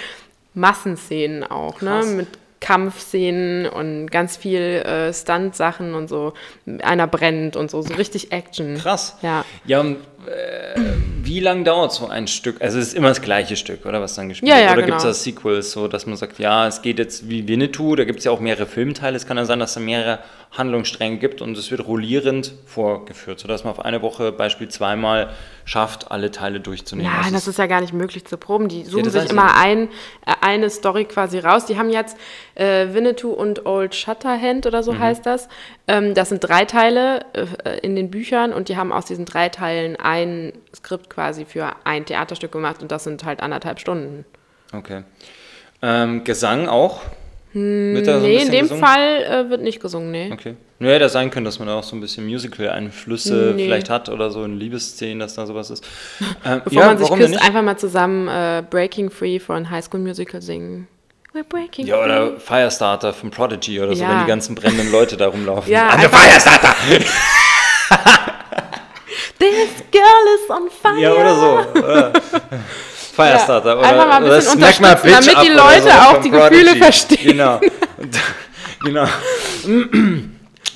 Massenszenen auch,
Krass.
ne? Mit Kampfszenen und ganz viel äh, Stunt-Sachen und so. Einer brennt und so, so richtig Action.
Krass.
Ja.
Ja, und, äh, wie lang dauert so ein Stück? Also es ist immer das gleiche Stück, oder was dann gespielt
Ja,
wird?
ja,
Oder
genau.
gibt es da Sequels, so dass man sagt, ja, es geht jetzt wie Winnetou, da gibt es ja auch mehrere Filmteile. Es kann ja sein, dass da mehrere Handlungsstränge gibt und es wird rollierend vorgeführt, sodass man auf eine Woche Beispiel zweimal schafft, alle Teile durchzunehmen.
Nein, das ist ja gar nicht möglich zu proben. Die suchen
das weiß
sich
ich
immer ein, äh, eine Story quasi raus. Die haben jetzt äh, Winnetou und Old Shatterhand oder
Mhm.
so heißt das. Ähm, das sind drei Teile äh, in den Büchern und die haben aus diesen drei Teilen ein Skript quasi für ein Theaterstück gemacht und das sind halt anderthalb Stunden.
okay. Ähm, Gesang auch? Wird da so ein
nee, in
bisschen
dem
gesungen?
Fall äh, wird nicht gesungen, nee.
Okay. Naja, hätte sein können, dass man da auch so ein bisschen Musical-Einflüsse
Nee.
vielleicht hat oder so in Liebesszenen, dass da sowas ist. Ähm,
Bevor
ja,
man sich
warum denn
küsst,
nicht?
einfach mal zusammen äh, Breaking Free von High School Musical singen. We're breaking
Ja,
free.
oder Firestarter von Prodigy oder so,
Ja.
wenn die ganzen brennenden Leute da rumlaufen.
Ja,
I'm the
einfach-
Firestarter!
This girl is on fire.
Ja, oder so. Äh, Firestarter.
Ja,
oder,
einfach mal ein
oder
bisschen
Smack My
unterstützen,
Bitch
damit
Up
die
oder
Leute auch
von
die Gefühle verstehen.
Genau. Und- genau.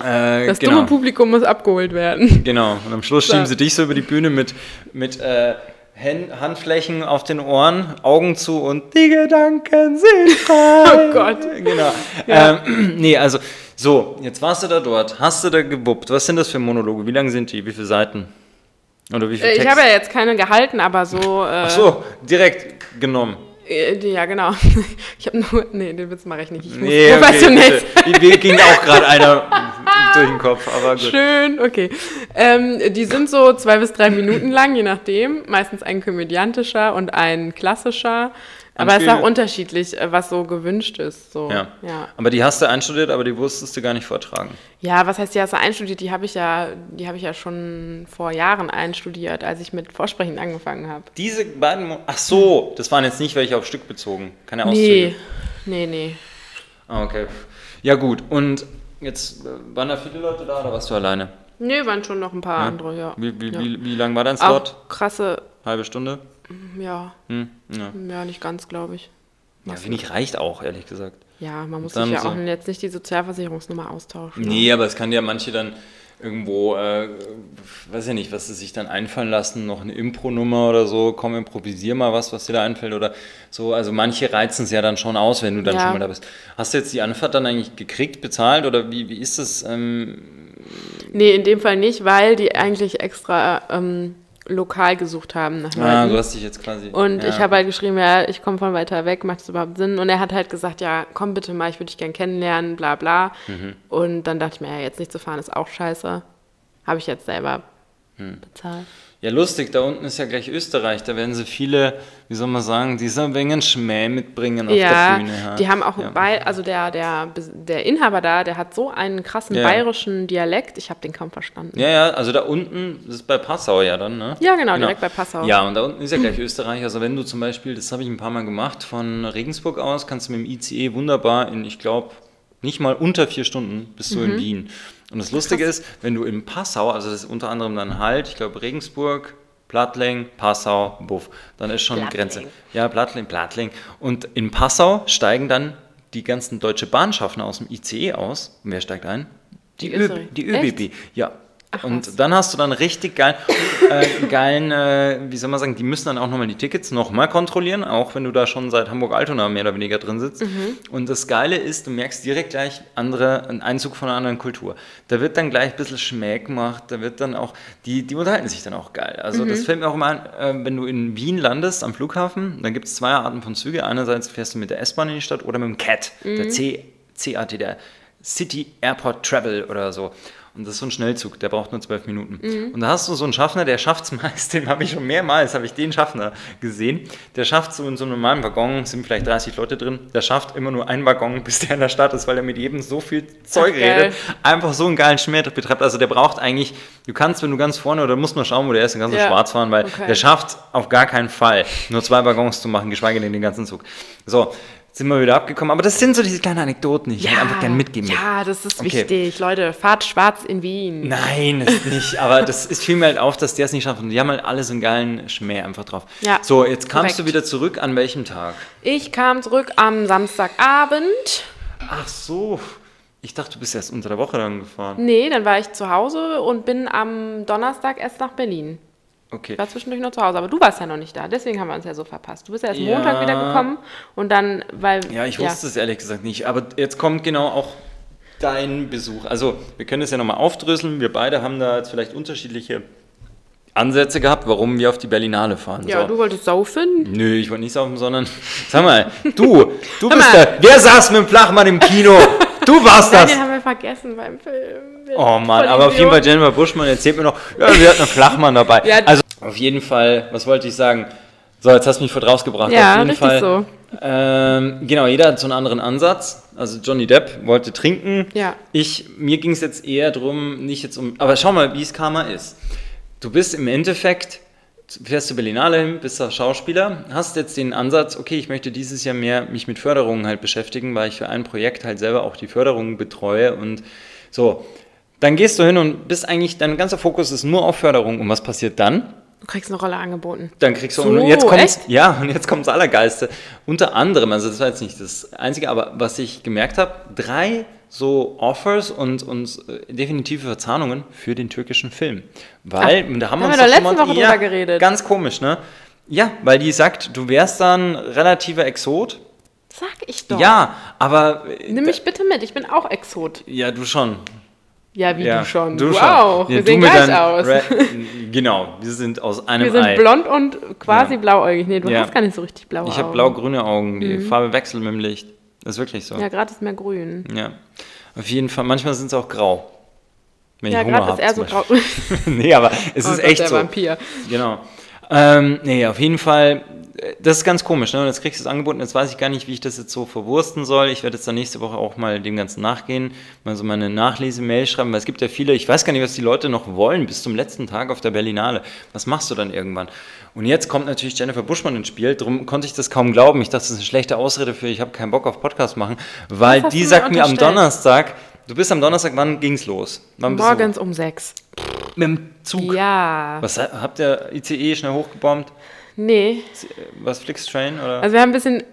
Äh,
Das
genau.
dumme Publikum muss abgeholt werden.
Genau. Und am Schluss schieben sie dich so über die Bühne mit, mit äh, Hän- Handflächen auf den Ohren, Augen zu und die Gedanken sind frei.
Oh Gott.
Genau. Ähm, nee, also, so, jetzt warst du da dort, hast du da gewuppt. Was sind das für Monologe? Wie lang sind die? Wie viele Seiten? Oder wie viel
Äh,
Text?
Ich habe ja jetzt keine gehalten, aber so. Äh,
Ach so, direkt genommen.
äh, die- Ja, genau. Ich habe nur. Nee, den Witz mache ich nicht. Ich muss
Nee, okay,
professionell.
bitte. Mir ging auch gerade einer durch den Kopf, aber gut.
Schön, okay. Ähm, die sind so zwei bis drei Minuten lang, je nachdem. Meistens ein komödiantischer und ein klassischer. Aber es ist
viel-
auch unterschiedlich, äh, was so gewünscht ist. So.
Ja.
ja.
aber die hast du einstudiert, aber die wusstest du gar nicht vortragen.
Ja, was heißt die hast du einstudiert? Die habe ich ja, die habe ich ja schon vor Jahren einstudiert, als ich mit Vorsprechen angefangen habe.
Diese beiden, Mo ach so, das waren jetzt nicht welche auf Stück bezogen, keine Auszüge.
Nee, nee, nee.
Ah, okay. Ja gut, und jetzt äh, waren da viele Leute da oder warst du alleine?
Nee, waren schon noch ein paar andere, ja.
Wie, wie,
ja.
wie, wie lang war dein Slot?
Auch krasse,
Halbe Stunde?
ja,
Hm? Ja.
ja, nicht ganz, glaube ich.
ja, finde ich reicht auch, ehrlich gesagt.
Ja, man muss
Dann
sich ja
so.
auch jetzt nicht die Sozialversicherungsnummer austauschen.
Nee, aber es kann ja manche dann, irgendwo, äh, weiß ich nicht, was sie sich dann einfallen lassen, noch eine Impro-Nummer oder so, komm, improvisier mal was, was dir da einfällt oder so. Also manche reizen es ja dann schon aus, wenn du dann
Ja.
schon mal da bist. Hast du jetzt die Anfahrt dann eigentlich gekriegt, bezahlt oder wie, wie ist das? Ähm,
Nee, in dem Fall nicht, weil die eigentlich extra ähm, lokal gesucht haben nach
ah,
Leuten.
du hast dich jetzt quasi.
Und
ja.
ich habe halt geschrieben, ja, ich komme von weiter weg, macht es überhaupt Sinn? Und er hat halt gesagt, ja, komm bitte mal, ich würde dich gern kennenlernen, bla bla.
Mhm.
Und dann dachte ich mir, ja, jetzt nicht zu fahren ist auch scheiße. Habe ich jetzt selber
Hm.
bezahlt.
Ja, lustig, da unten ist ja gleich Österreich, da werden sie viele, wie soll man sagen, dieser Mengen Schmäh mitbringen auf
ja,
der Bühne. ja.
die haben auch,
Ja.
bei, also der, der, der Inhaber da, der hat so einen krassen
Ja.
bayerischen Dialekt, ich habe den kaum verstanden.
Ja, ja, also da unten, das ist bei Passau ja dann, ne?
Ja, genau, direkt bei Passau.
Ja, und da unten ist ja gleich Österreich. Also wenn du zum Beispiel, das habe ich ein paar Mal gemacht, von Regensburg aus kannst du mit dem ICE wunderbar in, ich glaube, nicht mal unter vier Stunden bist du
Mhm.
in Wien. Und das Lustige ist, wenn du in Passau, also das ist unter anderem dann halt, ich glaube Regensburg, Plattling, Passau, Buff, dann ist schon
Plattling.
Grenze. Ja, Plattling, Plattling. Und in Passau steigen dann die ganzen deutsche Bahnschaffner aus dem ICE aus. Und wer steigt ein? Die,
Die
Ö-
Österreich-
die
Echt?
ÖBB. Ja. und
was.
dann hast du dann richtig geil, äh, geilen, äh, wie soll man sagen, die müssen dann auch nochmal die Tickets nochmal kontrollieren, auch wenn du da schon seit Hamburg-Altona mehr oder weniger drin sitzt. Und das Geile ist, du merkst direkt gleich andere, einen Einzug von einer anderen Kultur. Da wird dann gleich ein bisschen Schmäh gemacht, da wird dann auch, die, die unterhalten sich dann auch geil. Also das fällt mir auch immer ein, äh, wenn du in Wien landest am Flughafen, dann gibt es zwei Arten von Züge. Einerseits fährst du mit der S-Bahn in die Stadt oder mit dem CAT, der C, CAT, der City Airport Travel oder so. Und das ist so ein Schnellzug, der braucht nur zwölf Minuten.
Mhm.
Und da hast du so einen Schaffner, der schafft es meist, den habe ich schon mehrmals, habe ich den Schaffner gesehen, der schafft so in so einem normalen Waggon, sind vielleicht 30 Leute drin, der schafft immer nur einen Waggon, bis der in der Stadt ist, weil er mit jedem so viel Zeug
Ach, geil.
redet, einfach so einen geilen Schmäh betreibt. Also der braucht eigentlich, du kannst, wenn du ganz vorne oder musst mal schauen, wo der ist, dann kannst du
Ja.
schwarz fahren, weil
Okay.
der schafft auf gar keinen Fall, nur zwei Waggons zu machen, geschweige denn den ganzen Zug. So, jetzt sind wir wieder abgekommen, aber das sind so diese kleinen Anekdoten, die ich halt einfach gerne mitgeben will.
Ja, das ist
Okay.
wichtig. Leute, fahrt schwarz in Wien.
Nein, ist nicht. Aber das ist fiel mir halt auf, dass der es nicht schafft. Und die haben halt alle so einen geilen Schmäh einfach drauf.
Ja,
so, jetzt kamst
korrekt.
du wieder zurück. An welchem Tag?
Ich kam zurück am Samstagabend.
Ach so. Ich dachte, du bist erst unter der Woche dann gefahren.
Nee, dann war ich zu Hause und bin am Donnerstag erst nach Berlin.
Okay.
Ich war zwischendurch noch zu Hause, aber du warst ja noch nicht da, deswegen haben wir uns ja so verpasst. Du bist ja erst
Ja.
Montag wieder gekommen und dann, weil.
Ja, ich wusste es ehrlich gesagt nicht. Aber jetzt kommt genau auch dein Besuch. Also, wir können es ja nochmal aufdröseln. Wir beide haben da jetzt vielleicht unterschiedliche Ansätze gehabt, warum wir auf die Berlinale fahren.
Ja,
so.
du wolltest saufen.
Nö, ich wollte nicht saufen, sondern sag mal, du, du
Hör
bist
mal.
der. Wer saß mit dem Flachmann im Kino? Du warst
Nein,
das.
den haben wir vergessen beim Film.
Oh Mann,
Voll
aber auf jeden Fall
Idiot.
Jennifer Buschmann erzählt mir noch, ja, wir hatten einen Flachmann dabei.
Ja.
Also auf jeden Fall, was wollte ich sagen? So, jetzt hast du mich vor draus gebracht.
Ja,
auf jeden
richtig
Fall.
so.
Ähm, genau, jeder hat so einen anderen Ansatz. Also Johnny Depp wollte trinken.
Ja.
Ich, mir ging es jetzt eher drum, nicht jetzt um. Aber schau mal, wie es Karma ist. Du bist im Endeffekt, fährst du Berlinale hin, bist da Schauspieler, hast jetzt den Ansatz, okay, ich möchte dieses Jahr mehr mich mit Förderungen halt beschäftigen, weil ich für ein Projekt halt selber auch die Förderungen betreue und so. Dann gehst du hin und bist eigentlich, dein ganzer Fokus ist nur auf Förderung. Und was passiert dann?
Du kriegst eine Rolle angeboten.
Dann kriegst du
So,
und jetzt kommt's,
echt?
ja und jetzt kommt's allergeilste. Unter anderem, also das war jetzt nicht das Einzige, aber was ich gemerkt habe, drei so Offers und, und äh, definitive Verzahnungen für den türkischen Film, weil und da haben
da
wir uns
haben wir doch
schon
letzte
mal-
Woche
ja,
drüber geredet.
Ganz komisch, ne? Ja, weil die sagt, du wärst dann relativer Exot.
Sag ich doch.
Ja, aber äh,
Nimm mich bitte mit, ich bin auch Exot.
ja du schon.
Ja, wie
ja,
du schon. Du,
schon.
auch.
Ja,
wir
du
sehen
mit
gleich
deinem
aus.
Re- genau, wir sind aus einem
Wir sind
Ei.
blond und quasi
Ja.
blauäugig. Nee, du
Ja.
hast gar nicht so richtig blaue
Ich
Augen.
habe blau-grüne Augen, die Farbe wechselt mit dem Licht. Das ist wirklich so.
Mhm. Ja,
Ja.
gerade ist mehr grün.
Auf jeden Fall, manchmal sind es auch grau. Wenn
Ja,
ich Hunger habe.
gerade ist er so grau. Oh
nee, aber es ist
Gott,
echt
der
so.
Vampir.
Genau. Ähm, nee, auf jeden Fall, äh, das ist ganz komisch, ne? Und jetzt kriegst du das Angebot und jetzt weiß ich gar nicht, wie ich das jetzt so verwursten soll. Ich werde jetzt dann nächste Woche auch mal dem Ganzen nachgehen, mal so meine Nachlese-Mail schreiben, weil es gibt ja viele, ich weiß gar nicht, was die Leute noch wollen bis zum letzten Tag auf der Berlinale. Was machst du dann irgendwann? Und jetzt kommt natürlich Jennifer Buschmann ins Spiel, drum konnte ich das kaum glauben. Ich dachte, das ist eine schlechte Ausrede für, ich habe keinen Bock auf Podcast machen, weil
hast
die
du mir
sagt mir am
unterstellt?
Donnerstag, du bist am Donnerstag, wann ging's los? Wann bist du-
Morgens um sechs.
Mit dem Zug.
Ja.
Was habt ihr ICE schnell hochgebombt?
Nee.
Was, Flixtrain oder?
Also wir haben ein bisschen.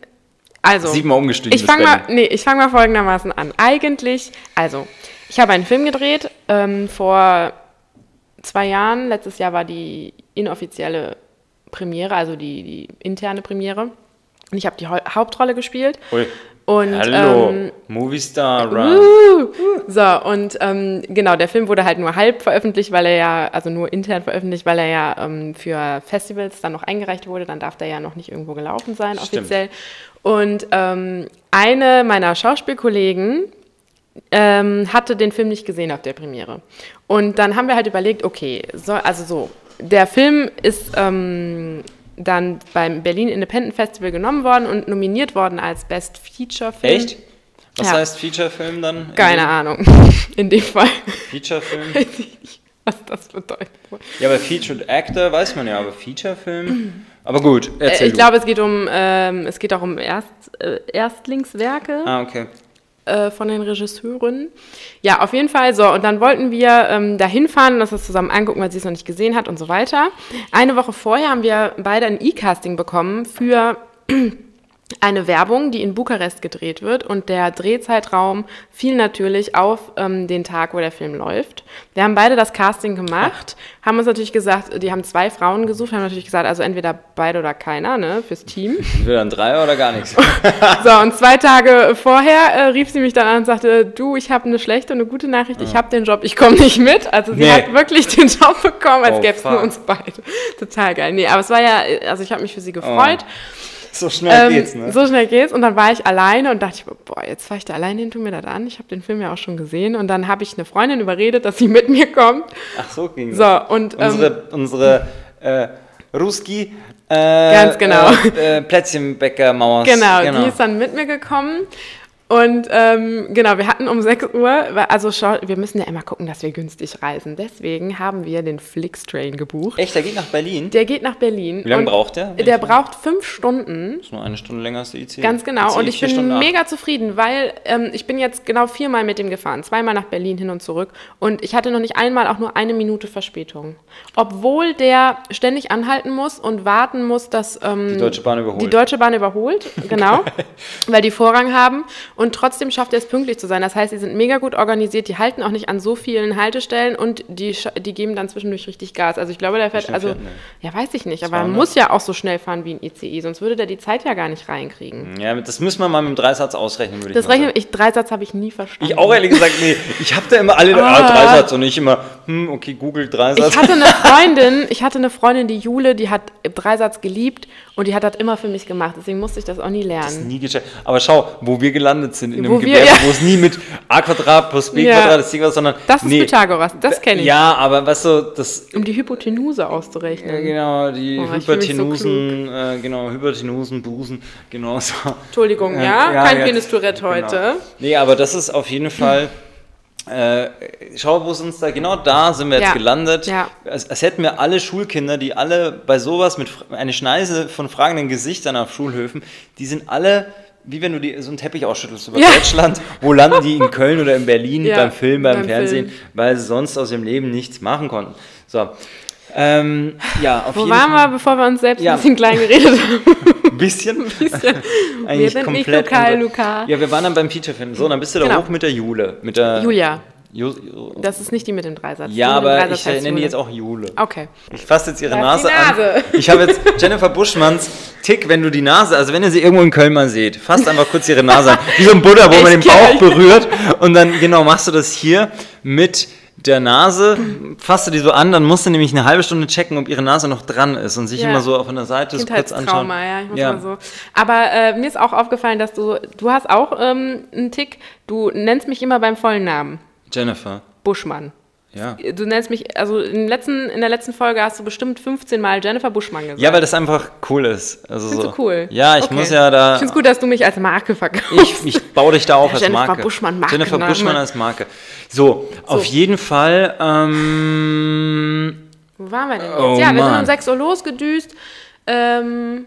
Also.
Siebenmal umgestiegen
Ich
bis
fange mal,
Berlin.
nee, ich fang mal folgendermaßen an. Eigentlich, also, Ich habe einen Film gedreht ähm, vor zwei Jahren. Letztes Jahr war die inoffizielle Premiere, also die, die interne Premiere. Und ich habe die Hau Hauptrolle gespielt.
Ui.
Und,
Hallo,
ähm,
Movistar Run.
Wuhu. So, und ähm, genau, der Film wurde halt nur halb veröffentlicht, weil er ja, also nur intern veröffentlicht, weil er ja ähm, für Festivals dann noch eingereicht wurde. Dann darf der ja noch nicht irgendwo gelaufen sein,
Stimmt.
offiziell. Und ähm, eine meiner Schauspielkollegen ähm, hatte den Film nicht gesehen auf der Premiere. Und dann haben wir halt überlegt, okay, so, also so, der Film ist ähm, dann beim Berlin Independent Festival genommen worden und nominiert worden als Best Feature Film.
Echt? Was
Ja.
heißt Feature-Film dann? In
Keine Ahnung. In dem Fall
dem Feature-Film?
weiß ich nicht, was das bedeutet.
Ja, aber Featured Actor weiß man ja, aber Feature-Film. Aber gut,
Äh,
erzähl
ich
du.
glaube, es geht um ähm, es geht auch um Erst, äh, Erstlingswerke
Ah, okay.
äh, von den Regisseuren. Ja, auf jeden Fall so. Und dann wollten wir ähm, dahin fahren, dass wir es zusammen angucken, weil sie es noch nicht gesehen hat und so weiter. Eine Woche vorher haben wir beide ein E-Casting bekommen für eine Werbung, die in Bukarest gedreht wird und der Drehzeitraum fiel natürlich auf ähm, den Tag, wo der Film läuft. Wir haben beide das Casting gemacht, haben uns natürlich gesagt, die haben zwei Frauen gesucht, haben natürlich gesagt, also entweder beide oder keiner, ne, fürs Team.
Entweder ein Dreier oder gar nichts.
So, und zwei Tage vorher äh, rief sie mich dann an und sagte, du, ich habe eine schlechte und eine gute Nachricht, ich habe den Job, ich komme nicht mit. Also sie
Nee.
hat wirklich den Job bekommen, als
Oh,
gäbe es nur
fuck.
uns beide. Total geil. Nee, aber es war ja, äh, also ich habe mich für sie gefreut.
So schnell
Ähm,
Oh. geht's, ne?
So schnell geht's. Und dann war ich alleine und dachte, ich, oh, boah, jetzt fahre ich da alleine hin, tu mir das an. Ich habe den Film ja auch schon gesehen. Und dann habe ich eine Freundin überredet, dass sie mit mir kommt.
Ach so ging
So, und ähm,
unsere unsere äh, Ruski äh, ganz
genau.
äh, äh, Plätzchenbäcker Maus.
genau, die ist dann mit mir gekommen. Und ähm, genau, wir hatten um 6 Uhr, weil- also schau, wir müssen ja immer gucken, dass wir günstig reisen. Deswegen haben wir den Flix-Train gebucht.
Echt, der geht nach Berlin?
Der geht nach Berlin.
Wie lange
und
braucht der?
Der braucht fünf Stunden.
ist nur eine Stunde länger als der IC.
Ganz genau.
IC
Und ich
vier
bin
Stunden acht.
mega zufrieden, weil ähm, ich bin jetzt genau viermal mit dem gefahren. Zweimal nach Berlin hin und zurück. Und ich hatte noch nicht einmal auch nur eine Minute Verspätung. Obwohl der ständig anhalten muss und warten muss, dass ähm, die
Deutsche Bahn überholt.
Die Deutsche Bahn überholt, genau. weil die Vorrang haben. Und trotzdem schafft er es pünktlich zu sein. Das heißt, sie sind mega gut organisiert. Die halten auch nicht an so vielen Haltestellen und die, sch- die geben dann zwischendurch richtig Gas. Also ich glaube, der fährt,
schnell
also,
fährt denn
ja, weiß ich nicht, aber man
200?
muss ja auch so schnell fahren wie ein ICE, sonst würde der die Zeit ja gar nicht reinkriegen.
Ja, das müssen wir mal mit dem Dreisatz ausrechnen, würde ich
Das
mal sagen.
rechne ich, Dreisatz habe ich nie verstanden.
Ich auch ehrlich gesagt, nee. Ich habe da immer alle ah. Dreisatz und ich immer, hm, okay, Google Dreisatz.
Ich hatte eine Freundin, ich hatte eine Freundin, die Jule, die hat Dreisatz geliebt und die hat das immer für mich gemacht. Deswegen musste ich das auch nie
Das
lernen.
nie geschafft. Aber schau, wo wir gelandet sind, in einem
Wo wir-
Gewerbe,
ja.
wo es nie mit A Quadrat plus B
Ja.
Quadrat ist irgendwas, sondern.
Das ist
nee.
Pythagoras, das kenne ich.
Ja, aber weißt du, das
Um die Hypotenuse
Ja,
auszurechnen.
genau, die
Oh, ich fühl mich so
Hypertenusen, äh, genau, Hypertenusen, Busen, genau so.
Entschuldigung,
Äh,
ja? Kein
jetzt-
Penis-Tourette heute.
genau. Nee, aber das ist auf jeden Fall, äh, schau, wo es uns da, genau da sind wir jetzt
Ja.
gelandet.
Ja.
Als, als hätten wir alle Schulkinder, die alle bei sowas mit Fra- eine Schneise von fragenden Gesichtern auf Schulhöfen, die sind alle... Wie wenn du die, so einen Teppich ausschüttelst über
Ja.
Deutschland, wo landen die in Köln oder in Berlin
Ja,
beim Film, beim,
beim
Fernsehen,
Film.
weil sie sonst aus ihrem Leben nichts machen konnten. So. Ähm, ja, auf
Wo
jeden
waren
Fall
wir, bevor wir uns selbst
Ja.
ein bisschen klein geredet haben?
ein bisschen.
Wir sind nicht Luca, Luca.
Ja, wir waren dann beim Featurefilm. So, dann bist du da
Genau.
hoch mit der Jule. Mit der
Julia,
Ju, Ju,
das ist nicht die mit dem Dreisatz.
ja,
die mit dem
aber
Dreisatz
ich äh,
heißt
nenne die
Jule.
jetzt auch Jule.
Okay.
Ich fasse jetzt ihre
Da ist
Nase,
die
an.
Nase.
Ich habe jetzt Jennifer Buschmanns Tick, wenn du die Nase, also wenn ihr sie irgendwo in Köln mal seht, fasst einfach kurz ihre Nase an. Wie so ein Buddha, wo man den
Echt, ja.
Bauch berührt. Und dann, genau, machst du das hier mit der Nase, fasst du die so an, dann musst du nämlich eine halbe Stunde checken, ob ihre Nase noch dran ist und sich
Ja.
immer so auf einer Seite so kurz anschauen.
Kindheitstrauma, ja, ich muss mal so. Aber äh, mir ist auch aufgefallen, dass du, du hast auch ähm, einen Tick, du nennst mich immer beim vollen Namen.
Jennifer,
Buschmann.
ja.
Du nennst mich, also in, den letzten, in der letzten Folge hast du bestimmt 15 Mal Jennifer Buschmann gesagt.
Ja, weil das einfach cool ist. Also
Findest
so.
du cool?
Ja, ich
Okay.
muss ja
Ich
da.
finde es gut, dass du mich als Marke verkaufst.
Ich, ich baue dich da auf
Ja,
als
Jennifer
Marke.
Buschmann, Marke,
Jennifer
ne?
Buschmann als Marke. So, auf jeden Fall. Ähm,
Wo waren wir denn jetzt?
Oh,
ja, wir sind
Mann.
um 6 Uhr losgedüst. Ähm,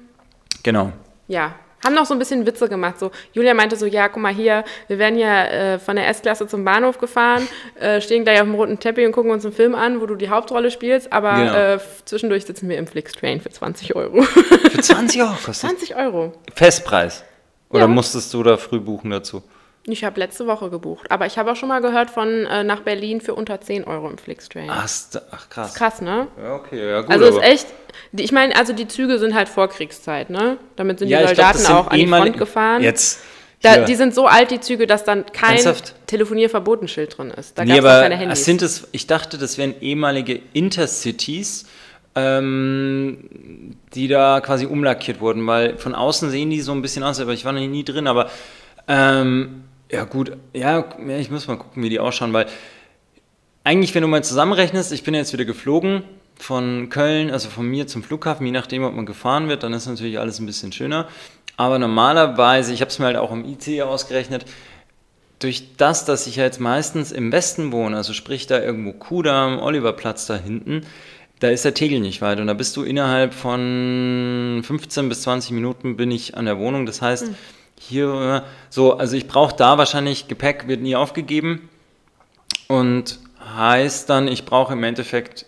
genau.
ja, haben noch so ein bisschen Witze gemacht. So, Julia meinte so, ja, guck mal hier, wir werden ja äh, von der S-Klasse zum Bahnhof gefahren, äh, stehen gleich auf dem roten Teppich und gucken uns einen Film an, wo du die Hauptrolle spielst, aber
Genau.
äh, f- zwischendurch sitzen wir im Flixtrain für 20 Euro.
Für 20 Euro kostet
20 Euro.
Festpreis. Oder
Ja.
musstest du da früh buchen dazu?
Ich habe letzte Woche gebucht. Aber ich habe auch schon mal gehört von äh, nach Berlin für unter 10 Euro im Flixtrain.
Ach, st- ach krass.
Ist krass, ne?
Ja, okay, ja Ah. gut.
also ist
aber-
echt, die, ich meine, also die Züge sind halt Vorkriegszeit, ne? Damit sind
ja,
die
ich glaub,
Soldaten
das sind
auch an die
ehemalige-
Front gefahren.
Jetzt.
da,
hier.
die sind so alt, die Züge, dass dann kein
Ernsthaft?
Telefonierverbotenschild drin ist. Da
nee,
gab es
aber
keine Handys.
es sind es, ich dachte, das wären ehemalige Intercities, ähm, die da quasi umlackiert wurden, weil von außen sehen die so ein bisschen aus, aber ich war noch nie drin, aber ähm, ja gut, ja, ja, ich muss mal gucken, wie die ausschauen, weil eigentlich, wenn du mal zusammenrechnest, ich bin jetzt wieder geflogen von Köln, also von mir zum Flughafen, je nachdem, ob man gefahren wird, dann ist natürlich alles ein bisschen schöner. Aber normalerweise, ich habe es mir halt auch im IC ausgerechnet, durch das, dass ich ja jetzt meistens im Westen wohne, also sprich da irgendwo Kudamm, Oliverplatz da hinten, da ist der Tegel nicht weit und da bist du innerhalb von 15 bis 20 Minuten bin ich an der Wohnung. Das heißt,
Hm.
hier äh, so, also ich brauche da wahrscheinlich Gepäck wird nie aufgegeben und heißt dann, ich brauche im Endeffekt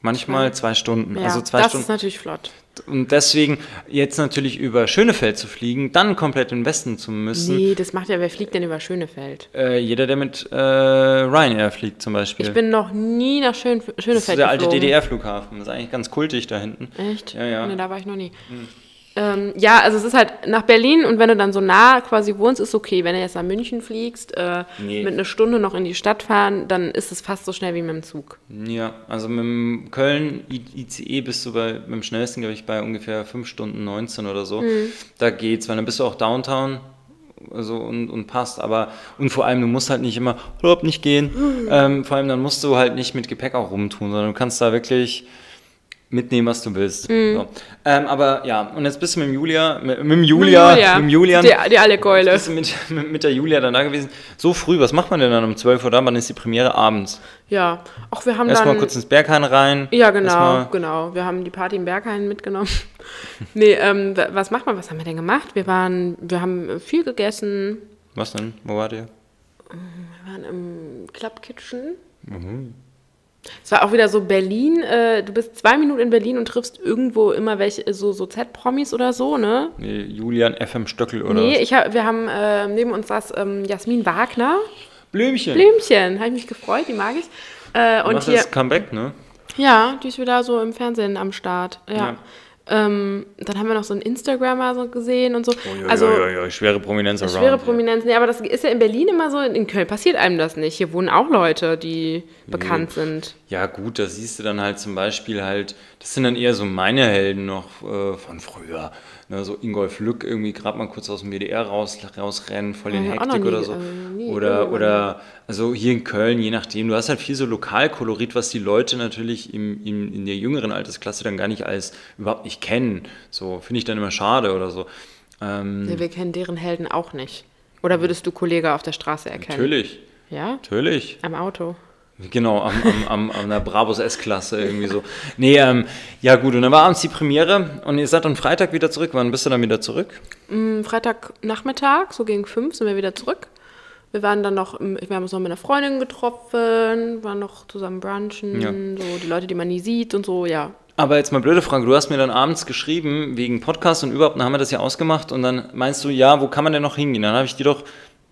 manchmal zwei Stunden,
ja,
also zwei
das
Stunden.
ist natürlich flott.
Und deswegen jetzt natürlich über Schönefeld zu fliegen, dann komplett in den Westen zu müssen.
Nee, das macht ja, wer fliegt denn über Schönefeld?
Äh, jeder, der mit äh, Ryanair fliegt zum Beispiel.
Ich bin noch nie nach Schön Schönefeld
das ist der alte
geflogen.
DDR-Flughafen. Das ist eigentlich ganz kultig da hinten.
Echt?
Ja, ja. Hm.
Nee, da war ich noch nie. Ähm, ja, also es ist halt nach Berlin und wenn du dann so nah quasi wohnst, ist okay. Wenn du jetzt nach München fliegst, äh,
Nee.
mit einer Stunde noch in die Stadt fahren, dann ist es fast so schnell wie mit dem Zug.
Ja, also mit dem Köln I- ICE bist du bei, mit dem schnellsten, glaube ich, bei ungefähr 5 Stunden 19 oder so. Da geht's, weil dann bist du auch Downtown also und, und passt. Aber und vor allem, du musst halt nicht immer hopp, nicht gehen. Ähm, vor allem, dann musst du halt nicht mit Gepäck auch rumtun, sondern du kannst da wirklich mitnehmen, was du willst. So. Ähm, aber ja, und jetzt bist du mit dem Julia, mit, mit dem Julia, mit dem Julian.
Die, die alle Keule.
Bist du mit, mit, mit der Julia dann da gewesen? So früh, was macht man denn dann um 12 Uhr da? Wann ist die Premiere abends?
Ja. Auch wir haben
Erstmal
dann.
kurz ins Berghain rein.
ja, genau,
Erstmal-
genau. Wir haben die Party im Berghain mitgenommen. nee, ähm, wa- was macht man? Was haben wir denn gemacht? Wir waren, wir haben viel gegessen.
Was denn? Wo wart ihr?
Wir waren im Club Kitchen.
Mhm.
Es war auch wieder so Berlin. Äh, du bist zwei Minuten in Berlin und triffst irgendwo immer welche, äh, so, so Z-Promis oder so, ne?
Nee, Julian FM Stöckel oder
Nee,
was?
ich hab, wir haben äh, neben uns saß ähm, Jasmin Wagner.
Blümchen.
Blümchen, habe ich mich gefreut, die mag ich. Äh, und
Machst
hier,
das Comeback, ne?
ja, die ist wieder so im Fernsehen am Start. Ja.
Ja.
Ähm, dann haben wir noch so einen Instagrammer so gesehen und so.
Oh,
also,
Uiuiuiui, schwere Prominenz around.
Schwere Prominenz, nee, aber das ist ja in Berlin immer so, in Köln passiert einem das nicht. Hier wohnen auch Leute, die bekannt sind.
Ja gut, da siehst du dann halt zum Beispiel halt, das sind dann eher so meine Helden noch äh, von früher. Ne, so Ingolf Lück irgendwie gerade mal kurz aus dem WDR raus, rausrennen, voll in
Ja, auch noch
Hektik
nie,
oder so.
also nie
oder,
irgendwann.
oder, also hier in Köln, je nachdem, du hast halt viel so Lokalkolorit, was die Leute natürlich im, im, in der jüngeren Altersklasse dann gar nicht als überhaupt nicht kennen. So, finde ich dann immer schade oder so. Ähm,
Ja, wir kennen deren Helden auch nicht. Oder würdest du Kollege auf der Straße erkennen?
Mhm. natürlich,
Ja?
natürlich.
Am Auto.
Genau, am, am, am, an der Brabus S-Klasse irgendwie so. Nee, ähm, ja gut, und dann war abends die Premiere und ihr seid dann Freitag wieder zurück. Wann bist du dann wieder zurück?
Am Freitagnachmittag, so gegen fünf, sind wir wieder zurück. Wir waren dann noch, im- wir haben uns noch mit einer Freundin getroffen, waren noch zusammen brunchen,
Ja.
so die Leute, die man nie sieht und so, ja.
Aber jetzt mal blöde Frage, du hast mir dann abends geschrieben, wegen Podcast und überhaupt, dann haben wir das ja ausgemacht und dann meinst du, ja, wo kann man denn noch hingehen? Dann habe ich dir doch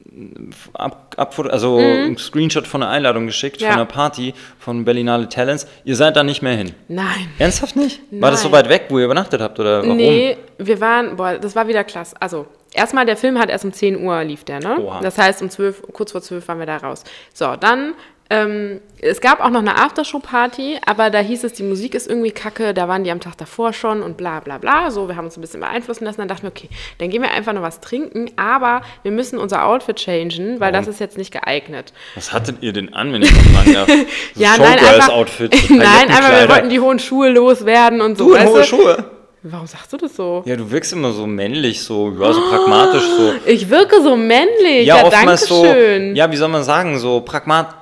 mm, ab, ab, also einen Screenshot von einer Einladung geschickt,
Mhm. Ja.
von einer Party, von Berlinale Talents. Ihr seid da nicht mehr hin.
Nein.
Ernsthaft nicht? War das so
Nein.
weit weg, wo ihr übernachtet habt oder warum?
Nee, wir waren, boah, das war wieder klasse. Also, erstmal, der Film hat erst um 10 Uhr lief der, ne?
Oha.
Das heißt, um 12, kurz vor 12 waren wir da raus. So, dann, ähm, es gab auch noch eine Aftershow-Party, aber da hieß es, die Musik ist irgendwie kacke, da waren die am Tag davor schon und bla bla bla. So, wir haben uns ein bisschen beeinflussen lassen. Dann dachten wir, okay, dann gehen wir einfach noch was trinken, aber wir müssen unser Outfit changen,
Warum?
weil das ist jetzt nicht geeignet.
Was hattet ihr denn an, wenn ich mal fragen darf? So
Ja, nein, einfach,
Showgirls-Outfit, so
nein, aber wir
Paillettenkleider.
wollten die hohen Schuhe loswerden und so.
Du,
weißt
hohe
du?
Schuhe.
Warum sagst du das so?
Ja, du wirkst immer so männlich, so, ja, so pragmatisch, so.
Ich wirke so männlich. Ja, danke
so,
schön.
ja, wie soll man sagen, so pragmatisch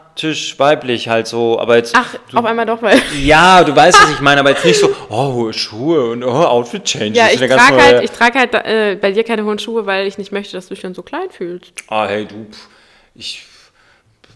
weiblich halt so, aber jetzt.
Ach,
du,
auf einmal doch, weil.
Ja, du weißt, was ich meine, aber jetzt nicht so, oh, hohe Schuhe und oh, Outfit Change.
Ja, ich trage halt, ich trag halt äh, bei dir keine hohen Schuhe, weil ich nicht möchte, dass du dich dann so klein fühlst.
Ah, hey, du, pff, ich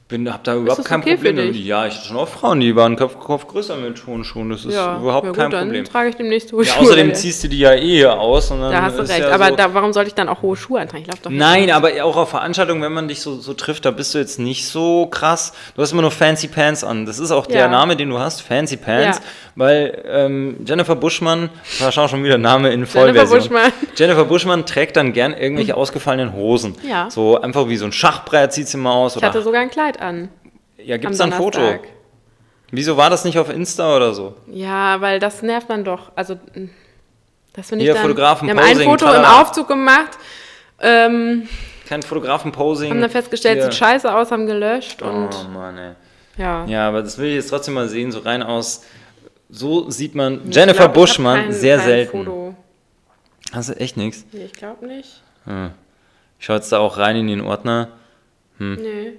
bin, hab da überhaupt
das
kein
okay für
Problem damit.
dich?
Ja, ich hatte schon auch Frauen, die waren Kopf, Kopf größer mit hohen Schuhen. Das ist überhaupt
ja, gut,
kein
dann
Problem.
trage ich demnächst hohe
Ja,
Schuhe.
außerdem ziehst du die ja eh aus. Und dann
Da hast du
ist
recht.
Ja
aber
so,
da, warum sollte ich dann auch hohe Schuhe antragen? Ich laufe doch nicht.
Nein, aber auch auf Veranstaltungen, wenn man dich so, so trifft, da bist du jetzt nicht so krass. Du hast immer nur Fancy Pants an. Das ist auch der
Ja.
Name, den du hast, Fancy Pants.
Ja.
Weil ähm, Jennifer Buschmann, da schau schon wieder Name in Vollversion.
Buschmann.
Jennifer Buschmann trägt dann gern irgendwelche ausgefallenen Hosen.
Ja.
So einfach wie so ein Schachbrett sieht sie mal aus.
Ich hatte
Oder,
sogar ein Kleid an.
ja, gibt's da
am
ein Foto?
Donnerstag.
Wieso war das nicht auf Insta oder so?
Ja, weil das nervt dann doch. Also, mh, das finde ich
Hier,
dann...
Fotografen,
wir haben ein
Posing,
Foto
tralala.
im Aufzug gemacht, ähm,
Kein Fotografen-Posing.
haben dann festgestellt,
Hier.
sieht scheiße aus, haben gelöscht und
Oh Mann, ey.
ja.
Ja, aber das will ich jetzt trotzdem mal sehen, so rein aus. So sieht man Jennifer
Ich glaub, ich hab
Buschmann
kein-
sehr
kein
selten.
Foto.
Hast du echt nichts?
Nee, ich glaube nicht.
Ich schaue jetzt da auch rein in den Ordner. Hm.
Nee.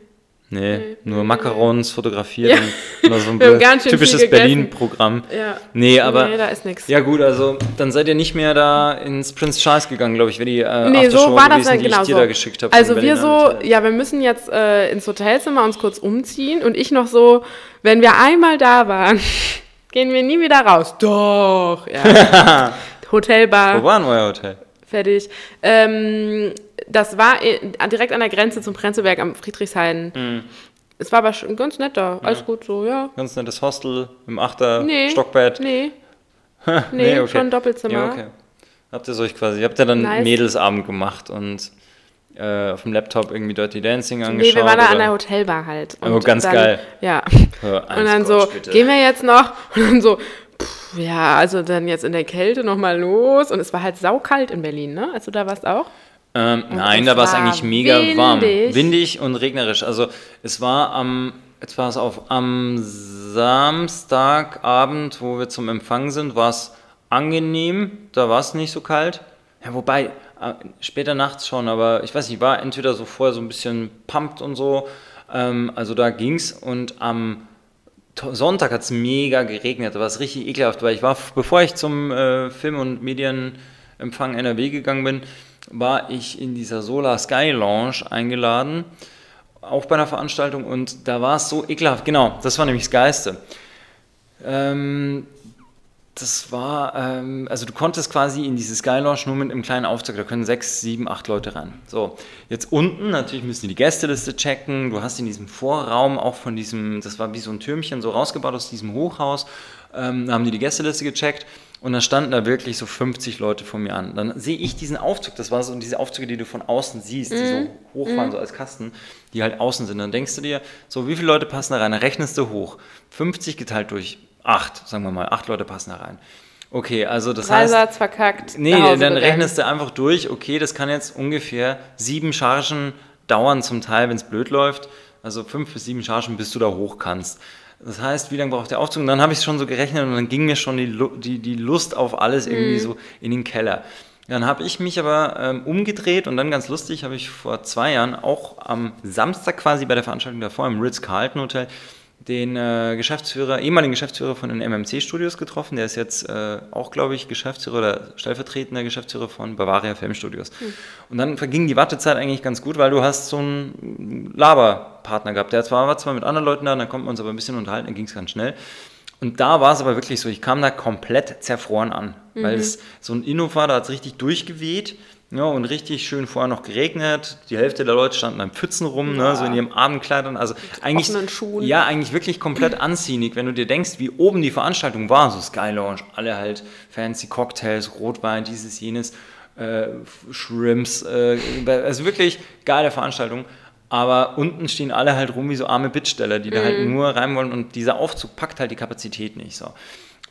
Nee, nur Macarons fotografiert
Ja.
und oder so ein
Wir haben
blöd-
ganz schön
typisches
viel gegessen.
Berlin-Programm.
Ja.
Nee, aber.
Nee, da ist nix.
Ja, gut, also dann seid ihr nicht mehr da ins Prince Charles gegangen, glaube ich, wäre die äh,
Nee,
Aftershow
so war das
gewesen,
dann
die
genau
ich dir
so.
da geschickt habe.
also
von
wir
Berlin
so,
Anteil.
ja, wir müssen jetzt äh, ins Hotelzimmer uns kurz umziehen und ich noch so, wenn wir einmal da waren, gehen wir nie wieder raus. Doch, ja.
Wo
Hotelbar,
war denn euer Hotel?
fertig. Ähm, das war äh, direkt an der Grenze zum Prenzlberg am Friedrichshain.
Mhm.
Es war aber schon ganz nett da. Alles gut so, ja.
Ganz nettes Hostel im Achter,
Nee.
Stockbett.
Nee.
Nee,
Nee,
okay.
schon Doppelzimmer.
Ja, okay. Habt ihr euch quasi, habt ihr dann
Nice.
Mädelsabend gemacht und äh, auf dem Laptop irgendwie Dirty Dancing
Nee,
angeschaut?
wir waren da an
oder?
der Hotelbar halt.
Oh, ganz
dann,
geil.
Ja.
Hör eins
und dann
Gott,
so,
bitte.
gehen wir jetzt noch? Und dann so, pff, ja, also dann jetzt in der Kälte nochmal los. Und es war halt saukalt in Berlin, ne? Also da warst auch?
Ähm, nein,
es
da war es
Oh, war
eigentlich mega warm.
windig.
Windig und regnerisch. Also es war am, jetzt war es auf, am Samstagabend, wo wir zum Empfang sind, war es angenehm, da war es nicht so kalt. Ja, wobei, äh, später nachts schon, aber ich weiß nicht, war entweder so vorher so ein bisschen pumped und so. Ähm, also da ging's und am To- Sonntag hat es mega geregnet, da war es richtig ekelhaft, weil ich war, f- bevor ich zum äh, Film- und Medienempfang NRW gegangen bin, war ich in dieser Solar Sky Lounge eingeladen, auch bei einer Veranstaltung und da war es so ekelhaft, genau, das war nämlich das Geiste. Ähm, das war, ähm, also du konntest quasi in diese Sky Lounge nur mit einem kleinen Aufzug, da können sechs, sieben, acht Leute ran. So, jetzt unten, natürlich müssen die die Gästeliste checken, du hast in diesem Vorraum auch von diesem, das war wie so ein Türmchen so rausgebaut aus diesem Hochhaus, ähm, da haben die die Gästeliste gecheckt und da standen da wirklich so 50 Leute vor mir an. Dann sehe ich diesen Aufzug, das war so diese Aufzüge, die du von außen siehst, die so hochfahren, so als Kasten, die halt außen sind. Dann denkst du dir, so wie viele Leute passen da rein? Dann rechnest du hoch. 50 geteilt durch 8, sagen wir mal, 8 Leute passen da rein. Okay, also das heißt...
Dreisatz verkackt.
Nee,
nach
dann
Hause gegangen.
rechnest du einfach durch, okay, das kann jetzt ungefähr sieben Chargen dauern, zum Teil, wenn es blöd läuft. Also fünf bis sieben Chargen, bis du da hoch kannst. Das heißt, wie lange braucht der Aufzug? Und dann habe ich es schon so gerechnet und dann ging mir schon die, Lu- die, die Lust auf alles
Mhm.
irgendwie so in den Keller. Dann habe ich mich aber ähm, umgedreht und dann ganz lustig habe ich vor zwei Jahren auch am Samstag quasi bei der Veranstaltung davor im Ritz-Carlton Hotel den äh, Geschäftsführer, ehemaligen Geschäftsführer von den MMC-Studios getroffen. Der ist jetzt äh, auch, glaube ich, Geschäftsführer oder stellvertretender Geschäftsführer von Bavaria Filmstudios.
Hm.
Und dann verging die Wartezeit eigentlich ganz gut, weil du hast so einen Laberpartner gehabt. Der zwar, war zwar mit anderen Leuten da, dann konnten wir uns aber ein bisschen unterhalten, dann ging es ganz schnell. Und da war es aber wirklich so, ich kam da komplett zerfroren an,
Mhm.
weil es so ein Inno war, da hat es richtig durchgeweht ja, und richtig schön vorher noch geregnet. Die Hälfte der Leute standen am Pfützen rum, ne, so in ihrem Abendkleidern. Also eigentlich,
offenen Schuhen.
Ja, eigentlich wirklich komplett anziehend, wenn du dir denkst, wie oben die Veranstaltung war, so Sky Lounge, alle halt fancy Cocktails, Rotwein, dieses, jenes, äh, Shrimps, äh, also wirklich geile Veranstaltung. Aber unten stehen alle halt rum wie so arme Bittsteller, die da
Mhm.
halt nur rein wollen und dieser Aufzug packt halt die Kapazität nicht so.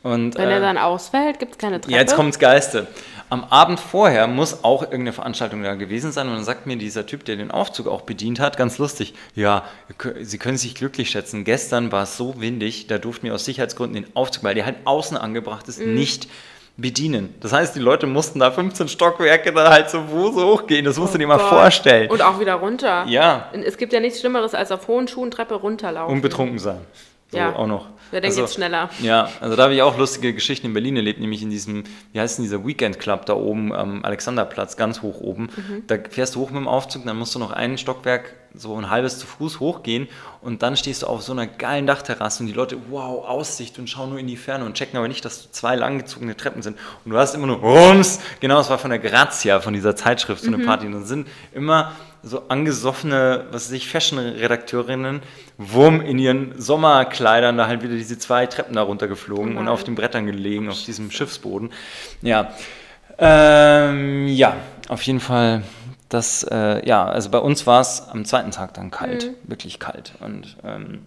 Und,
Wenn er
äh,
dann ausfällt, gibt es keine Treppe.
ja, jetzt kommt's Geiste. Am Abend vorher muss auch irgendeine Veranstaltung da gewesen sein und dann sagt mir dieser Typ, der den Aufzug auch bedient hat, ganz lustig, ja, Sie können sich glücklich schätzen, gestern war es so windig, da durften wir aus Sicherheitsgründen den Aufzug, weil der halt außen angebracht ist,
Mhm.
nicht bedienen. Das heißt, die Leute mussten da 15 Stockwerke dann halt so Wuse hochgehen, das musst du dir mal
Oh Gott.
vorstellen.
Und auch wieder runter.
Ja.
Und Es gibt ja nichts Schlimmeres, als auf hohen Schuhen Treppe runterlaufen.
Und betrunken sein. So
Ja.
auch noch.
Wer denkt jetzt schneller?
Ja, also da habe ich auch lustige Geschichten in Berlin erlebt, nämlich in diesem, wie heißt denn dieser Weekend Club
Mhm.
da oben am Alexanderplatz, ganz hoch oben. Da fährst du hoch mit dem Aufzug, dann musst du noch einen Stockwerk so ein halbes zu Fuß hochgehen und dann stehst du auf so einer geilen Dachterrasse und die Leute, wow, Aussicht und schauen nur in die Ferne und checken aber nicht, dass zwei langgezogene Treppen sind und du hast immer nur Rums. Genau, das war von der Grazia, von dieser Zeitschrift, so
Mhm.
eine Party. Und dann sind immer so angesoffene, was weiß ich, Fashion-Redakteurinnen, Wurm in ihren Sommerkleidern da halt wieder diese zwei Treppen da runtergeflogen
Genau.
und auf den Brettern gelegen, auf diesem Schiffsboden. Ja. Ähm, ja, auf jeden Fall. Das, äh, ja, also bei uns war es am zweiten Tag dann kalt,
Mhm.
wirklich kalt. Und ähm,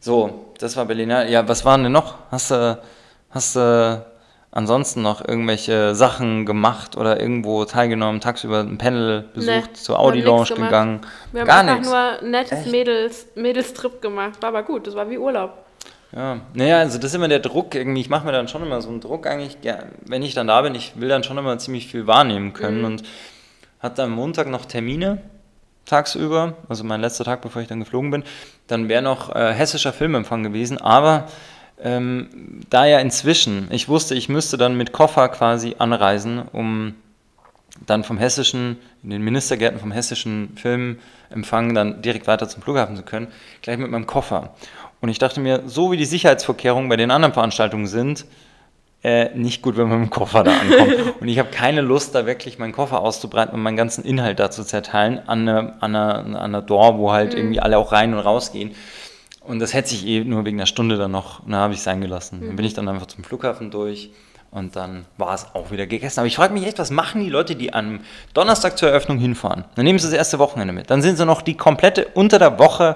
so, das war Berliner. Ja, was waren denn noch? Hast du, hast du ansonsten noch irgendwelche Sachen gemacht oder irgendwo teilgenommen, tagsüber ein Panel besucht,
Nee,
zur
wir haben
Audi Lounge
nix gemacht.
gegangen?
Wir haben
Gar
einfach
nichts.
nur ein nettes
Echt?
Mädels, Mädelstrip gemacht. War aber gut, das war wie Urlaub.
Ja, naja, also das ist immer der Druck irgendwie. Ich mache mir dann schon immer so einen Druck eigentlich, ja, wenn ich dann da bin, ich will dann schon immer ziemlich viel wahrnehmen können und hatte am Montag noch Termine tagsüber, also mein letzter Tag, bevor ich dann geflogen bin. Dann wäre noch äh, hessischer Filmempfang gewesen, aber ähm, da ja inzwischen, ich wusste, ich müsste dann mit Koffer quasi anreisen, um dann vom hessischen, in den Ministergärten vom hessischen Filmempfang dann direkt weiter zum Flughafen zu können, gleich mit meinem Koffer. Und ich dachte mir, so wie die Sicherheitsvorkehrungen bei den anderen Veranstaltungen sind, äh, nicht gut, wenn man mit dem Koffer da ankommt. und ich habe keine Lust, da wirklich meinen Koffer auszubreiten und meinen ganzen Inhalt da zu zerteilen an einer, an einer, an einer Door, wo halt irgendwie alle auch rein und rausgehen. Und das hätte ich eh nur wegen einer Stunde dann noch, na, habe ich sein gelassen. Dann bin ich dann einfach zum Flughafen durch und dann war es auch wieder gegessen. Aber ich frage mich echt, was machen die Leute, die am Donnerstag zur Eröffnung hinfahren? Dann nehmen sie das erste Wochenende mit. Dann sind sie noch die komplette unter der Woche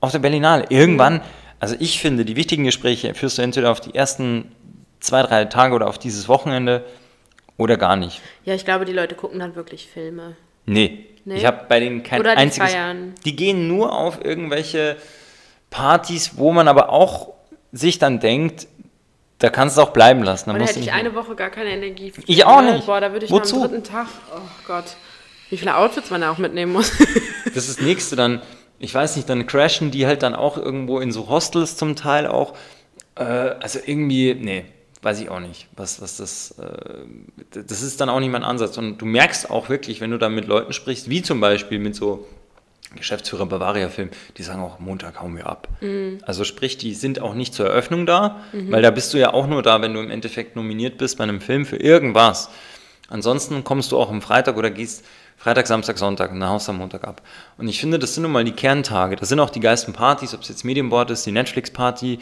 auf der Berlinale. Irgendwann, also ich finde, die wichtigen Gespräche führst du entweder auf die ersten zwei, drei Tage oder auf dieses Wochenende oder gar nicht.
Ja, ich glaube, die Leute gucken dann wirklich Filme.
Nee.
Nee?
Ich habe bei denen kein
Oder die
einziges.
feiern.
Die gehen nur auf irgendwelche Partys, wo man aber auch sich dann denkt, da kannst du auch bleiben lassen. Da
Und
musst
hätte
du
ich
nicht-
eine Woche gar keine Energie. für-
Ich auch nicht.
Boah, da würde ich
Wozu?
mal am dritten Tag. Oh Gott. Wie viele Outfits man da auch mitnehmen muss.
das ist das nächste dann, ich weiß nicht, dann crashen die halt dann auch irgendwo in so Hostels zum Teil auch. Äh, also irgendwie, nee, weiß ich auch nicht, was, was das, äh, d- das ist dann auch nicht mein Ansatz. Und du merkst auch wirklich, wenn du dann mit Leuten sprichst, wie zum Beispiel mit so Geschäftsführer Bavaria Film, die sagen auch, Montag hauen wir ab. Also sprich, die sind auch nicht zur Eröffnung da, weil da bist du ja auch nur da, wenn du im Endeffekt nominiert bist bei einem Film für irgendwas. Ansonsten kommst du auch am Freitag oder gehst Freitag, Samstag, Sonntag und dann haust du am Montag ab. Und ich finde, das sind nun mal die Kerntage. Das sind auch die geilsten Partys, ob es jetzt Medienboard ist, die Netflix-Party.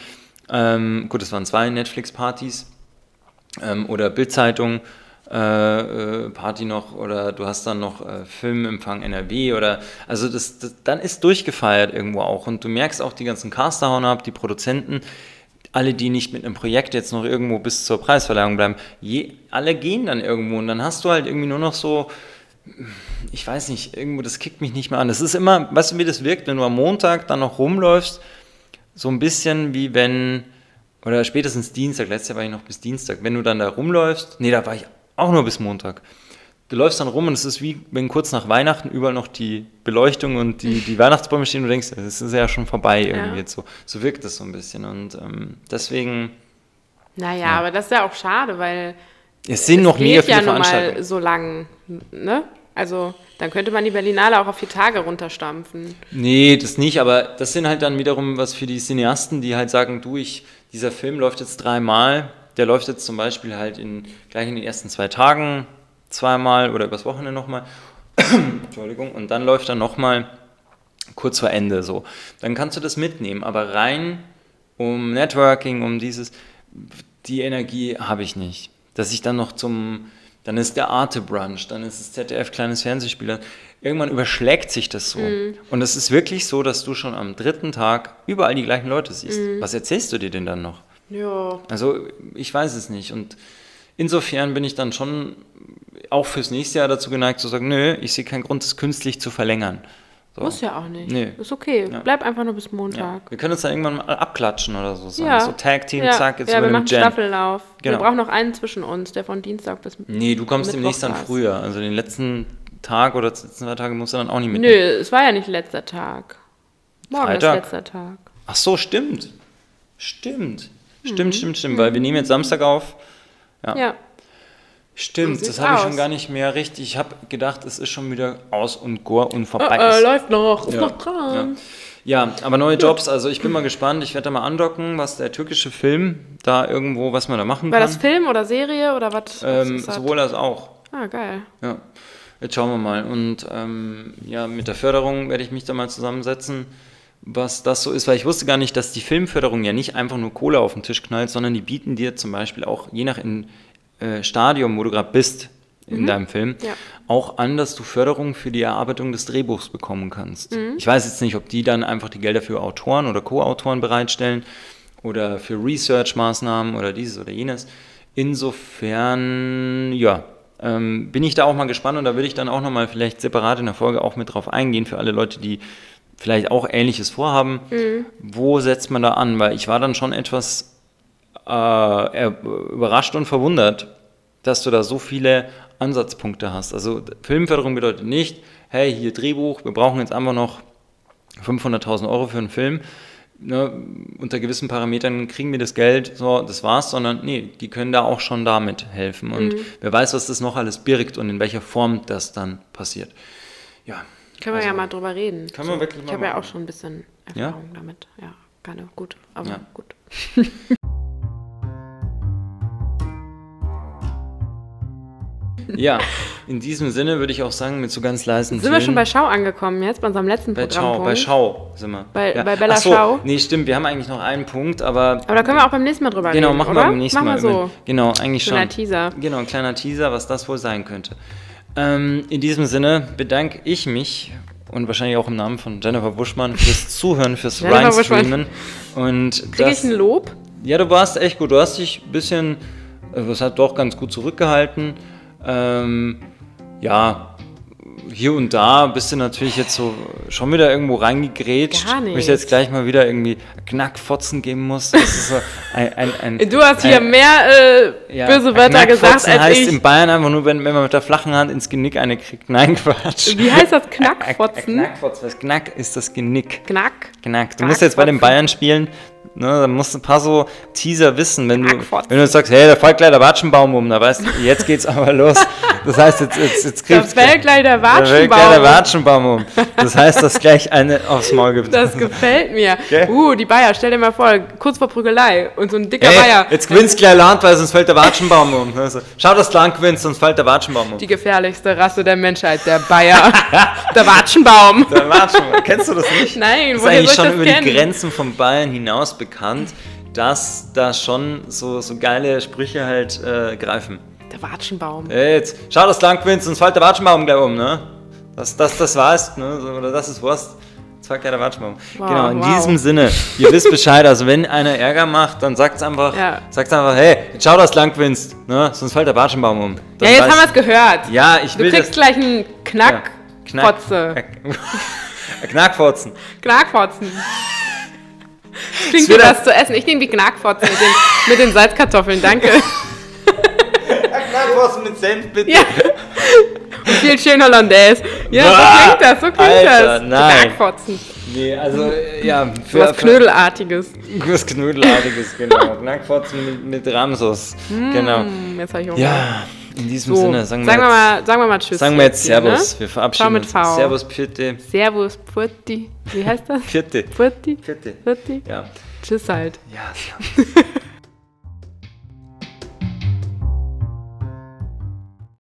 Ähm, gut, es waren zwei Netflix-Partys ähm, oder Bildzeitung äh, äh, Party noch oder du hast dann noch äh, Filmempfang NRW oder also das, das dann ist durchgefeiert irgendwo auch und du merkst auch die ganzen Casterhauner ab, die Produzenten, alle die nicht mit einem Projekt jetzt noch irgendwo bis zur Preisverleihung bleiben, je, alle gehen dann irgendwo und dann hast du halt irgendwie nur noch so ich weiß nicht, irgendwo, das kickt mich nicht mehr an. Das ist immer, weißt du, wie das wirkt, wenn du am Montag dann noch rumläufst, so ein bisschen wie wenn, oder spätestens Dienstag, letztes Jahr war ich noch bis Dienstag, wenn du dann da rumläufst, nee, da war ich auch nur bis Montag. Du läufst dann rum und es ist wie, wenn kurz nach Weihnachten überall noch die Beleuchtung und die, die Weihnachtsbäume stehen und du denkst, es ist ja schon vorbei irgendwie
Ja.
jetzt so. So wirkt das so ein bisschen und ähm, deswegen,
naja, aber das ist ja auch schade, weil
es sind noch mega
geht
viele
ja nun
Veranstaltungen.
mal so lang. Ne? Also, dann könnte man die Berlinale auch auf vier Tage runterstampfen.
Nee, das nicht, aber das sind halt dann wiederum was für die Cineasten, die halt sagen, du, ich, dieser Film läuft jetzt dreimal, der läuft jetzt zum Beispiel halt in, gleich in den ersten zwei Tagen zweimal oder übers Wochenende nochmal. Entschuldigung, und dann läuft er nochmal kurz vor Ende so. Dann kannst du das mitnehmen, aber rein um Networking, um dieses, die Energie habe ich nicht. Dass ich dann noch zum, dann ist der Arte-Brunch, dann ist das ZDF kleines Fernsehspieler. Irgendwann überschlägt sich das so.
Mhm.
Und es ist wirklich so, dass du schon am dritten Tag überall die gleichen Leute siehst.
Mhm.
Was erzählst du dir denn dann noch?
Ja.
Also ich weiß es nicht. Und insofern bin ich dann schon auch fürs nächste Jahr dazu geneigt zu sagen, nö, ich sehe keinen Grund, das künstlich zu verlängern. So.
Muss ja auch nicht.
Nee.
Ist okay.
Ja.
Bleib einfach nur bis
Ja.
Montag.
Wir können uns dann irgendwann mal abklatschen oder so. sagen.
Ja.
So Tag Team,
ja.
zack, jetzt
ja, wir
übernimmt
machen
Jen.
Staffellauf.
Genau.
Wir brauchen noch einen zwischen uns, der von Dienstag bis
Nee, du kommst
Mittwoch
demnächst dann
war's.
früher. Also den letzten Tag oder die letzten zwei Tage musst du dann auch nicht
Nö,
mitnehmen.
es war ja nicht letzter Tag. Morgen
Freitag?
ist letzter Tag.
Ach so, stimmt.
Mhm.
Stimmt. Stimmt, stimmt, stimmt. Weil wir nehmen jetzt Samstag auf.
Ja.
Stimmt,
So
das
sieht's
habe ich
aus.
schon gar nicht mehr richtig. Ich habe gedacht, es ist schon wieder aus und Gor und vorbei.
Äh, äh,
ist.
läuft noch, ist
Ja.
noch dran.
Ja. ja, aber neue Jobs, also ich bin mal gespannt. Ich werde da mal andocken, was der türkische Film da irgendwo, was man da machen
War
kann.
das Film oder Serie oder was? was
Mhm. ähm,
ist das?
sowohl als auch.
Ah, geil.
Ja. Jetzt schauen wir mal. Und ähm, ja, mit der Förderung werde ich mich da mal zusammensetzen, was das so ist, weil ich wusste gar nicht, dass die Filmförderung ja nicht einfach nur Kohle auf den Tisch knallt, sondern die bieten dir zum Beispiel auch, je nach in, äh, Stadium, wo du gerade bist in deinem Film,
Ja.
auch an, dass du Förderung für die Erarbeitung des Drehbuchs bekommen kannst. Ich weiß jetzt nicht, ob die dann einfach die Gelder für Autoren oder Co-Autoren bereitstellen oder für Research-Maßnahmen oder dieses oder jenes. Insofern, ja, ähm, bin ich da auch mal gespannt und da würde ich dann auch nochmal vielleicht separat in der Folge auch mit drauf eingehen für alle Leute, die vielleicht auch Ähnliches vorhaben. Wo setzt man da an? Weil ich war dann schon etwas äh, er- überrascht und verwundert, dass du da so viele Ansatzpunkte hast. Also d- Filmförderung bedeutet nicht, hey, hier Drehbuch, wir brauchen jetzt einfach noch 500.000 Euro für einen Film. Ne, unter gewissen Parametern kriegen wir das Geld, so, das war's, sondern nee, die können da auch schon damit helfen. Und
Mhm.
wer weiß, was das noch alles birgt und in welcher Form das dann passiert. Ja.
Können wir
Also,
ja mal drüber reden.
können wir wirklich
ich
mal
habe ja
machen.
auch schon ein bisschen
Ja?
Erfahrung damit. Ja, gerne. Gut. Aber
Ja.
gut.
Ja, in diesem Sinne würde ich auch sagen, mit so ganz leisen
Sind wir schon
Tönen-
bei Schau angekommen jetzt, bei unserem letzten
Bei Schau,
Programmpunkt?
bei Schau sind wir.
Bei- bei Bella
Ach so,
Schau?
Nee, stimmt, wir haben eigentlich noch einen Punkt, aber.
Aber da können wir auch beim nächsten Mal drüber
Genau,
reden,
machen wir
oder?
beim nächsten Mal.
Machen wir so.
Genau, eigentlich
Schöner
schon.
Teaser.
Genau, ein kleiner Teaser, was das wohl sein könnte. Ähm, in diesem Sinne bedanke ich mich und wahrscheinlich auch im Namen von Jennifer Buschmann fürs Zuhören, fürs
Jennifer
Rhyme-Streamen. Und
Kriege
das-
ich ein Lob?
ja, du warst echt gut. Du hast dich ein bisschen, also es hat doch ganz gut zurückgehalten. Ähm, ja, hier und da bist du natürlich jetzt so schon wieder irgendwo reingegrätscht.
Gar
Wo ich
nicht.
jetzt gleich mal wieder irgendwie Knackfotzen geben muss. Das ist so ein, ein, ein,
Du hast hier
ein-
mehr äh,
ja,
böse Wörter gesagt
Knackfotzen
als
heißt
ich.
in Bayern einfach nur, wenn, wenn man mit der flachen Hand ins Genick eine kriegt. Nein, Quatsch.
Wie heißt das?
Ein- ein
Knackfotzen?
Knackfotzen. Das Knack ist das Genick.
Knack?
Knack. Du musst jetzt bei den Bayern spielen, ne, dann musst du ein paar so Teaser wissen. Wenn du,
Knackfotzen.
wenn du sagst, hey, da fällt gleich der Watschenbaum um, da weißt du, jetzt geht's aber los. Das heißt, jetzt, jetzt, jetzt
Da
kriegst
fällt gleich der
da fällt gleich der
Watschenbaum.
Watschenbaum um. Das heißt, dass gleich eine aufs Maul gibt.
Das gefällt mir.
Gell?
Uh, die Bayer, stell dir mal vor, kurz vor Prügelei und so ein dicker
hey,
Bayer.
jetzt gewinnst gleich Land, weil sonst fällt der Watschenbaum um. Also, schau, dass du Land gewinnst, sonst fällt der Watschenbaum um.
Die gefährlichste Rasse der Menschheit, der Bayer. der Watschenbaum.
Der Watschenbaum, kennst du das nicht?
Nein,
ist
woher
eigentlich
soll ich
schon
das
über
kennen?
die Grenzen von Bayern hinaus bekannt, dass da schon so, so geile Sprüche halt äh, greifen.
Der Watschenbaum.
Ey, jetzt schau, dass du lang gewinnst, sonst fällt der Watschenbaum gleich um, ne? Das, das, das war's, ne? So, Oder das ist Wurst. Jetzt fällt gleich der Watschenbaum.
Wow,
genau, in
wow.
diesem Sinne, ihr wisst Bescheid, also wenn einer Ärger macht, dann sagt's einfach,
Ja.
sagt's einfach, hey, jetzt schau, dass du lang gewinnst, ne? Sonst fällt der Watschenbaum um.
Ja,
Dann
jetzt
weiß-
haben wir es gehört.
Ja, ich
du
will
kriegst
das...
gleich einen Knack.
Knack-
Fotze.
Äh, Knackfotzen.
Knackfotzen. Klingt
wird
wie
ein-
was zu essen. Ich nehme die Knackfotzen mit den, mit den Salzkartoffeln, danke.
Knackfotzen mit Senf, bitte.
Ja. Und viel schön Hollandaise. Ja,
Ah,
so klingt das, so klingt
Alter,
das.
nein.
Knackfotzen.
Nee, also, äh, ja.
So was Knödelartiges.
Was Knödelartiges, genau. Knackfotzen mit, mit Ramsos. Genau.
Hm, jetzt habe ich Hunger.
Ja, in diesem
so.
Sinne, sagen wir, jetzt,
mal, sagen wir mal Tschüss.
sagen wir jetzt
hier, ne?
Servus. Wir verabschieden
Ciao mit
uns.
V.
Servus, Pirte.
Servus, Pfirti. Wie heißt das?
Pirte.
Pfirti?
Pirte.
Pfirti?
Ja.
Tschüss halt.
Ja, servus.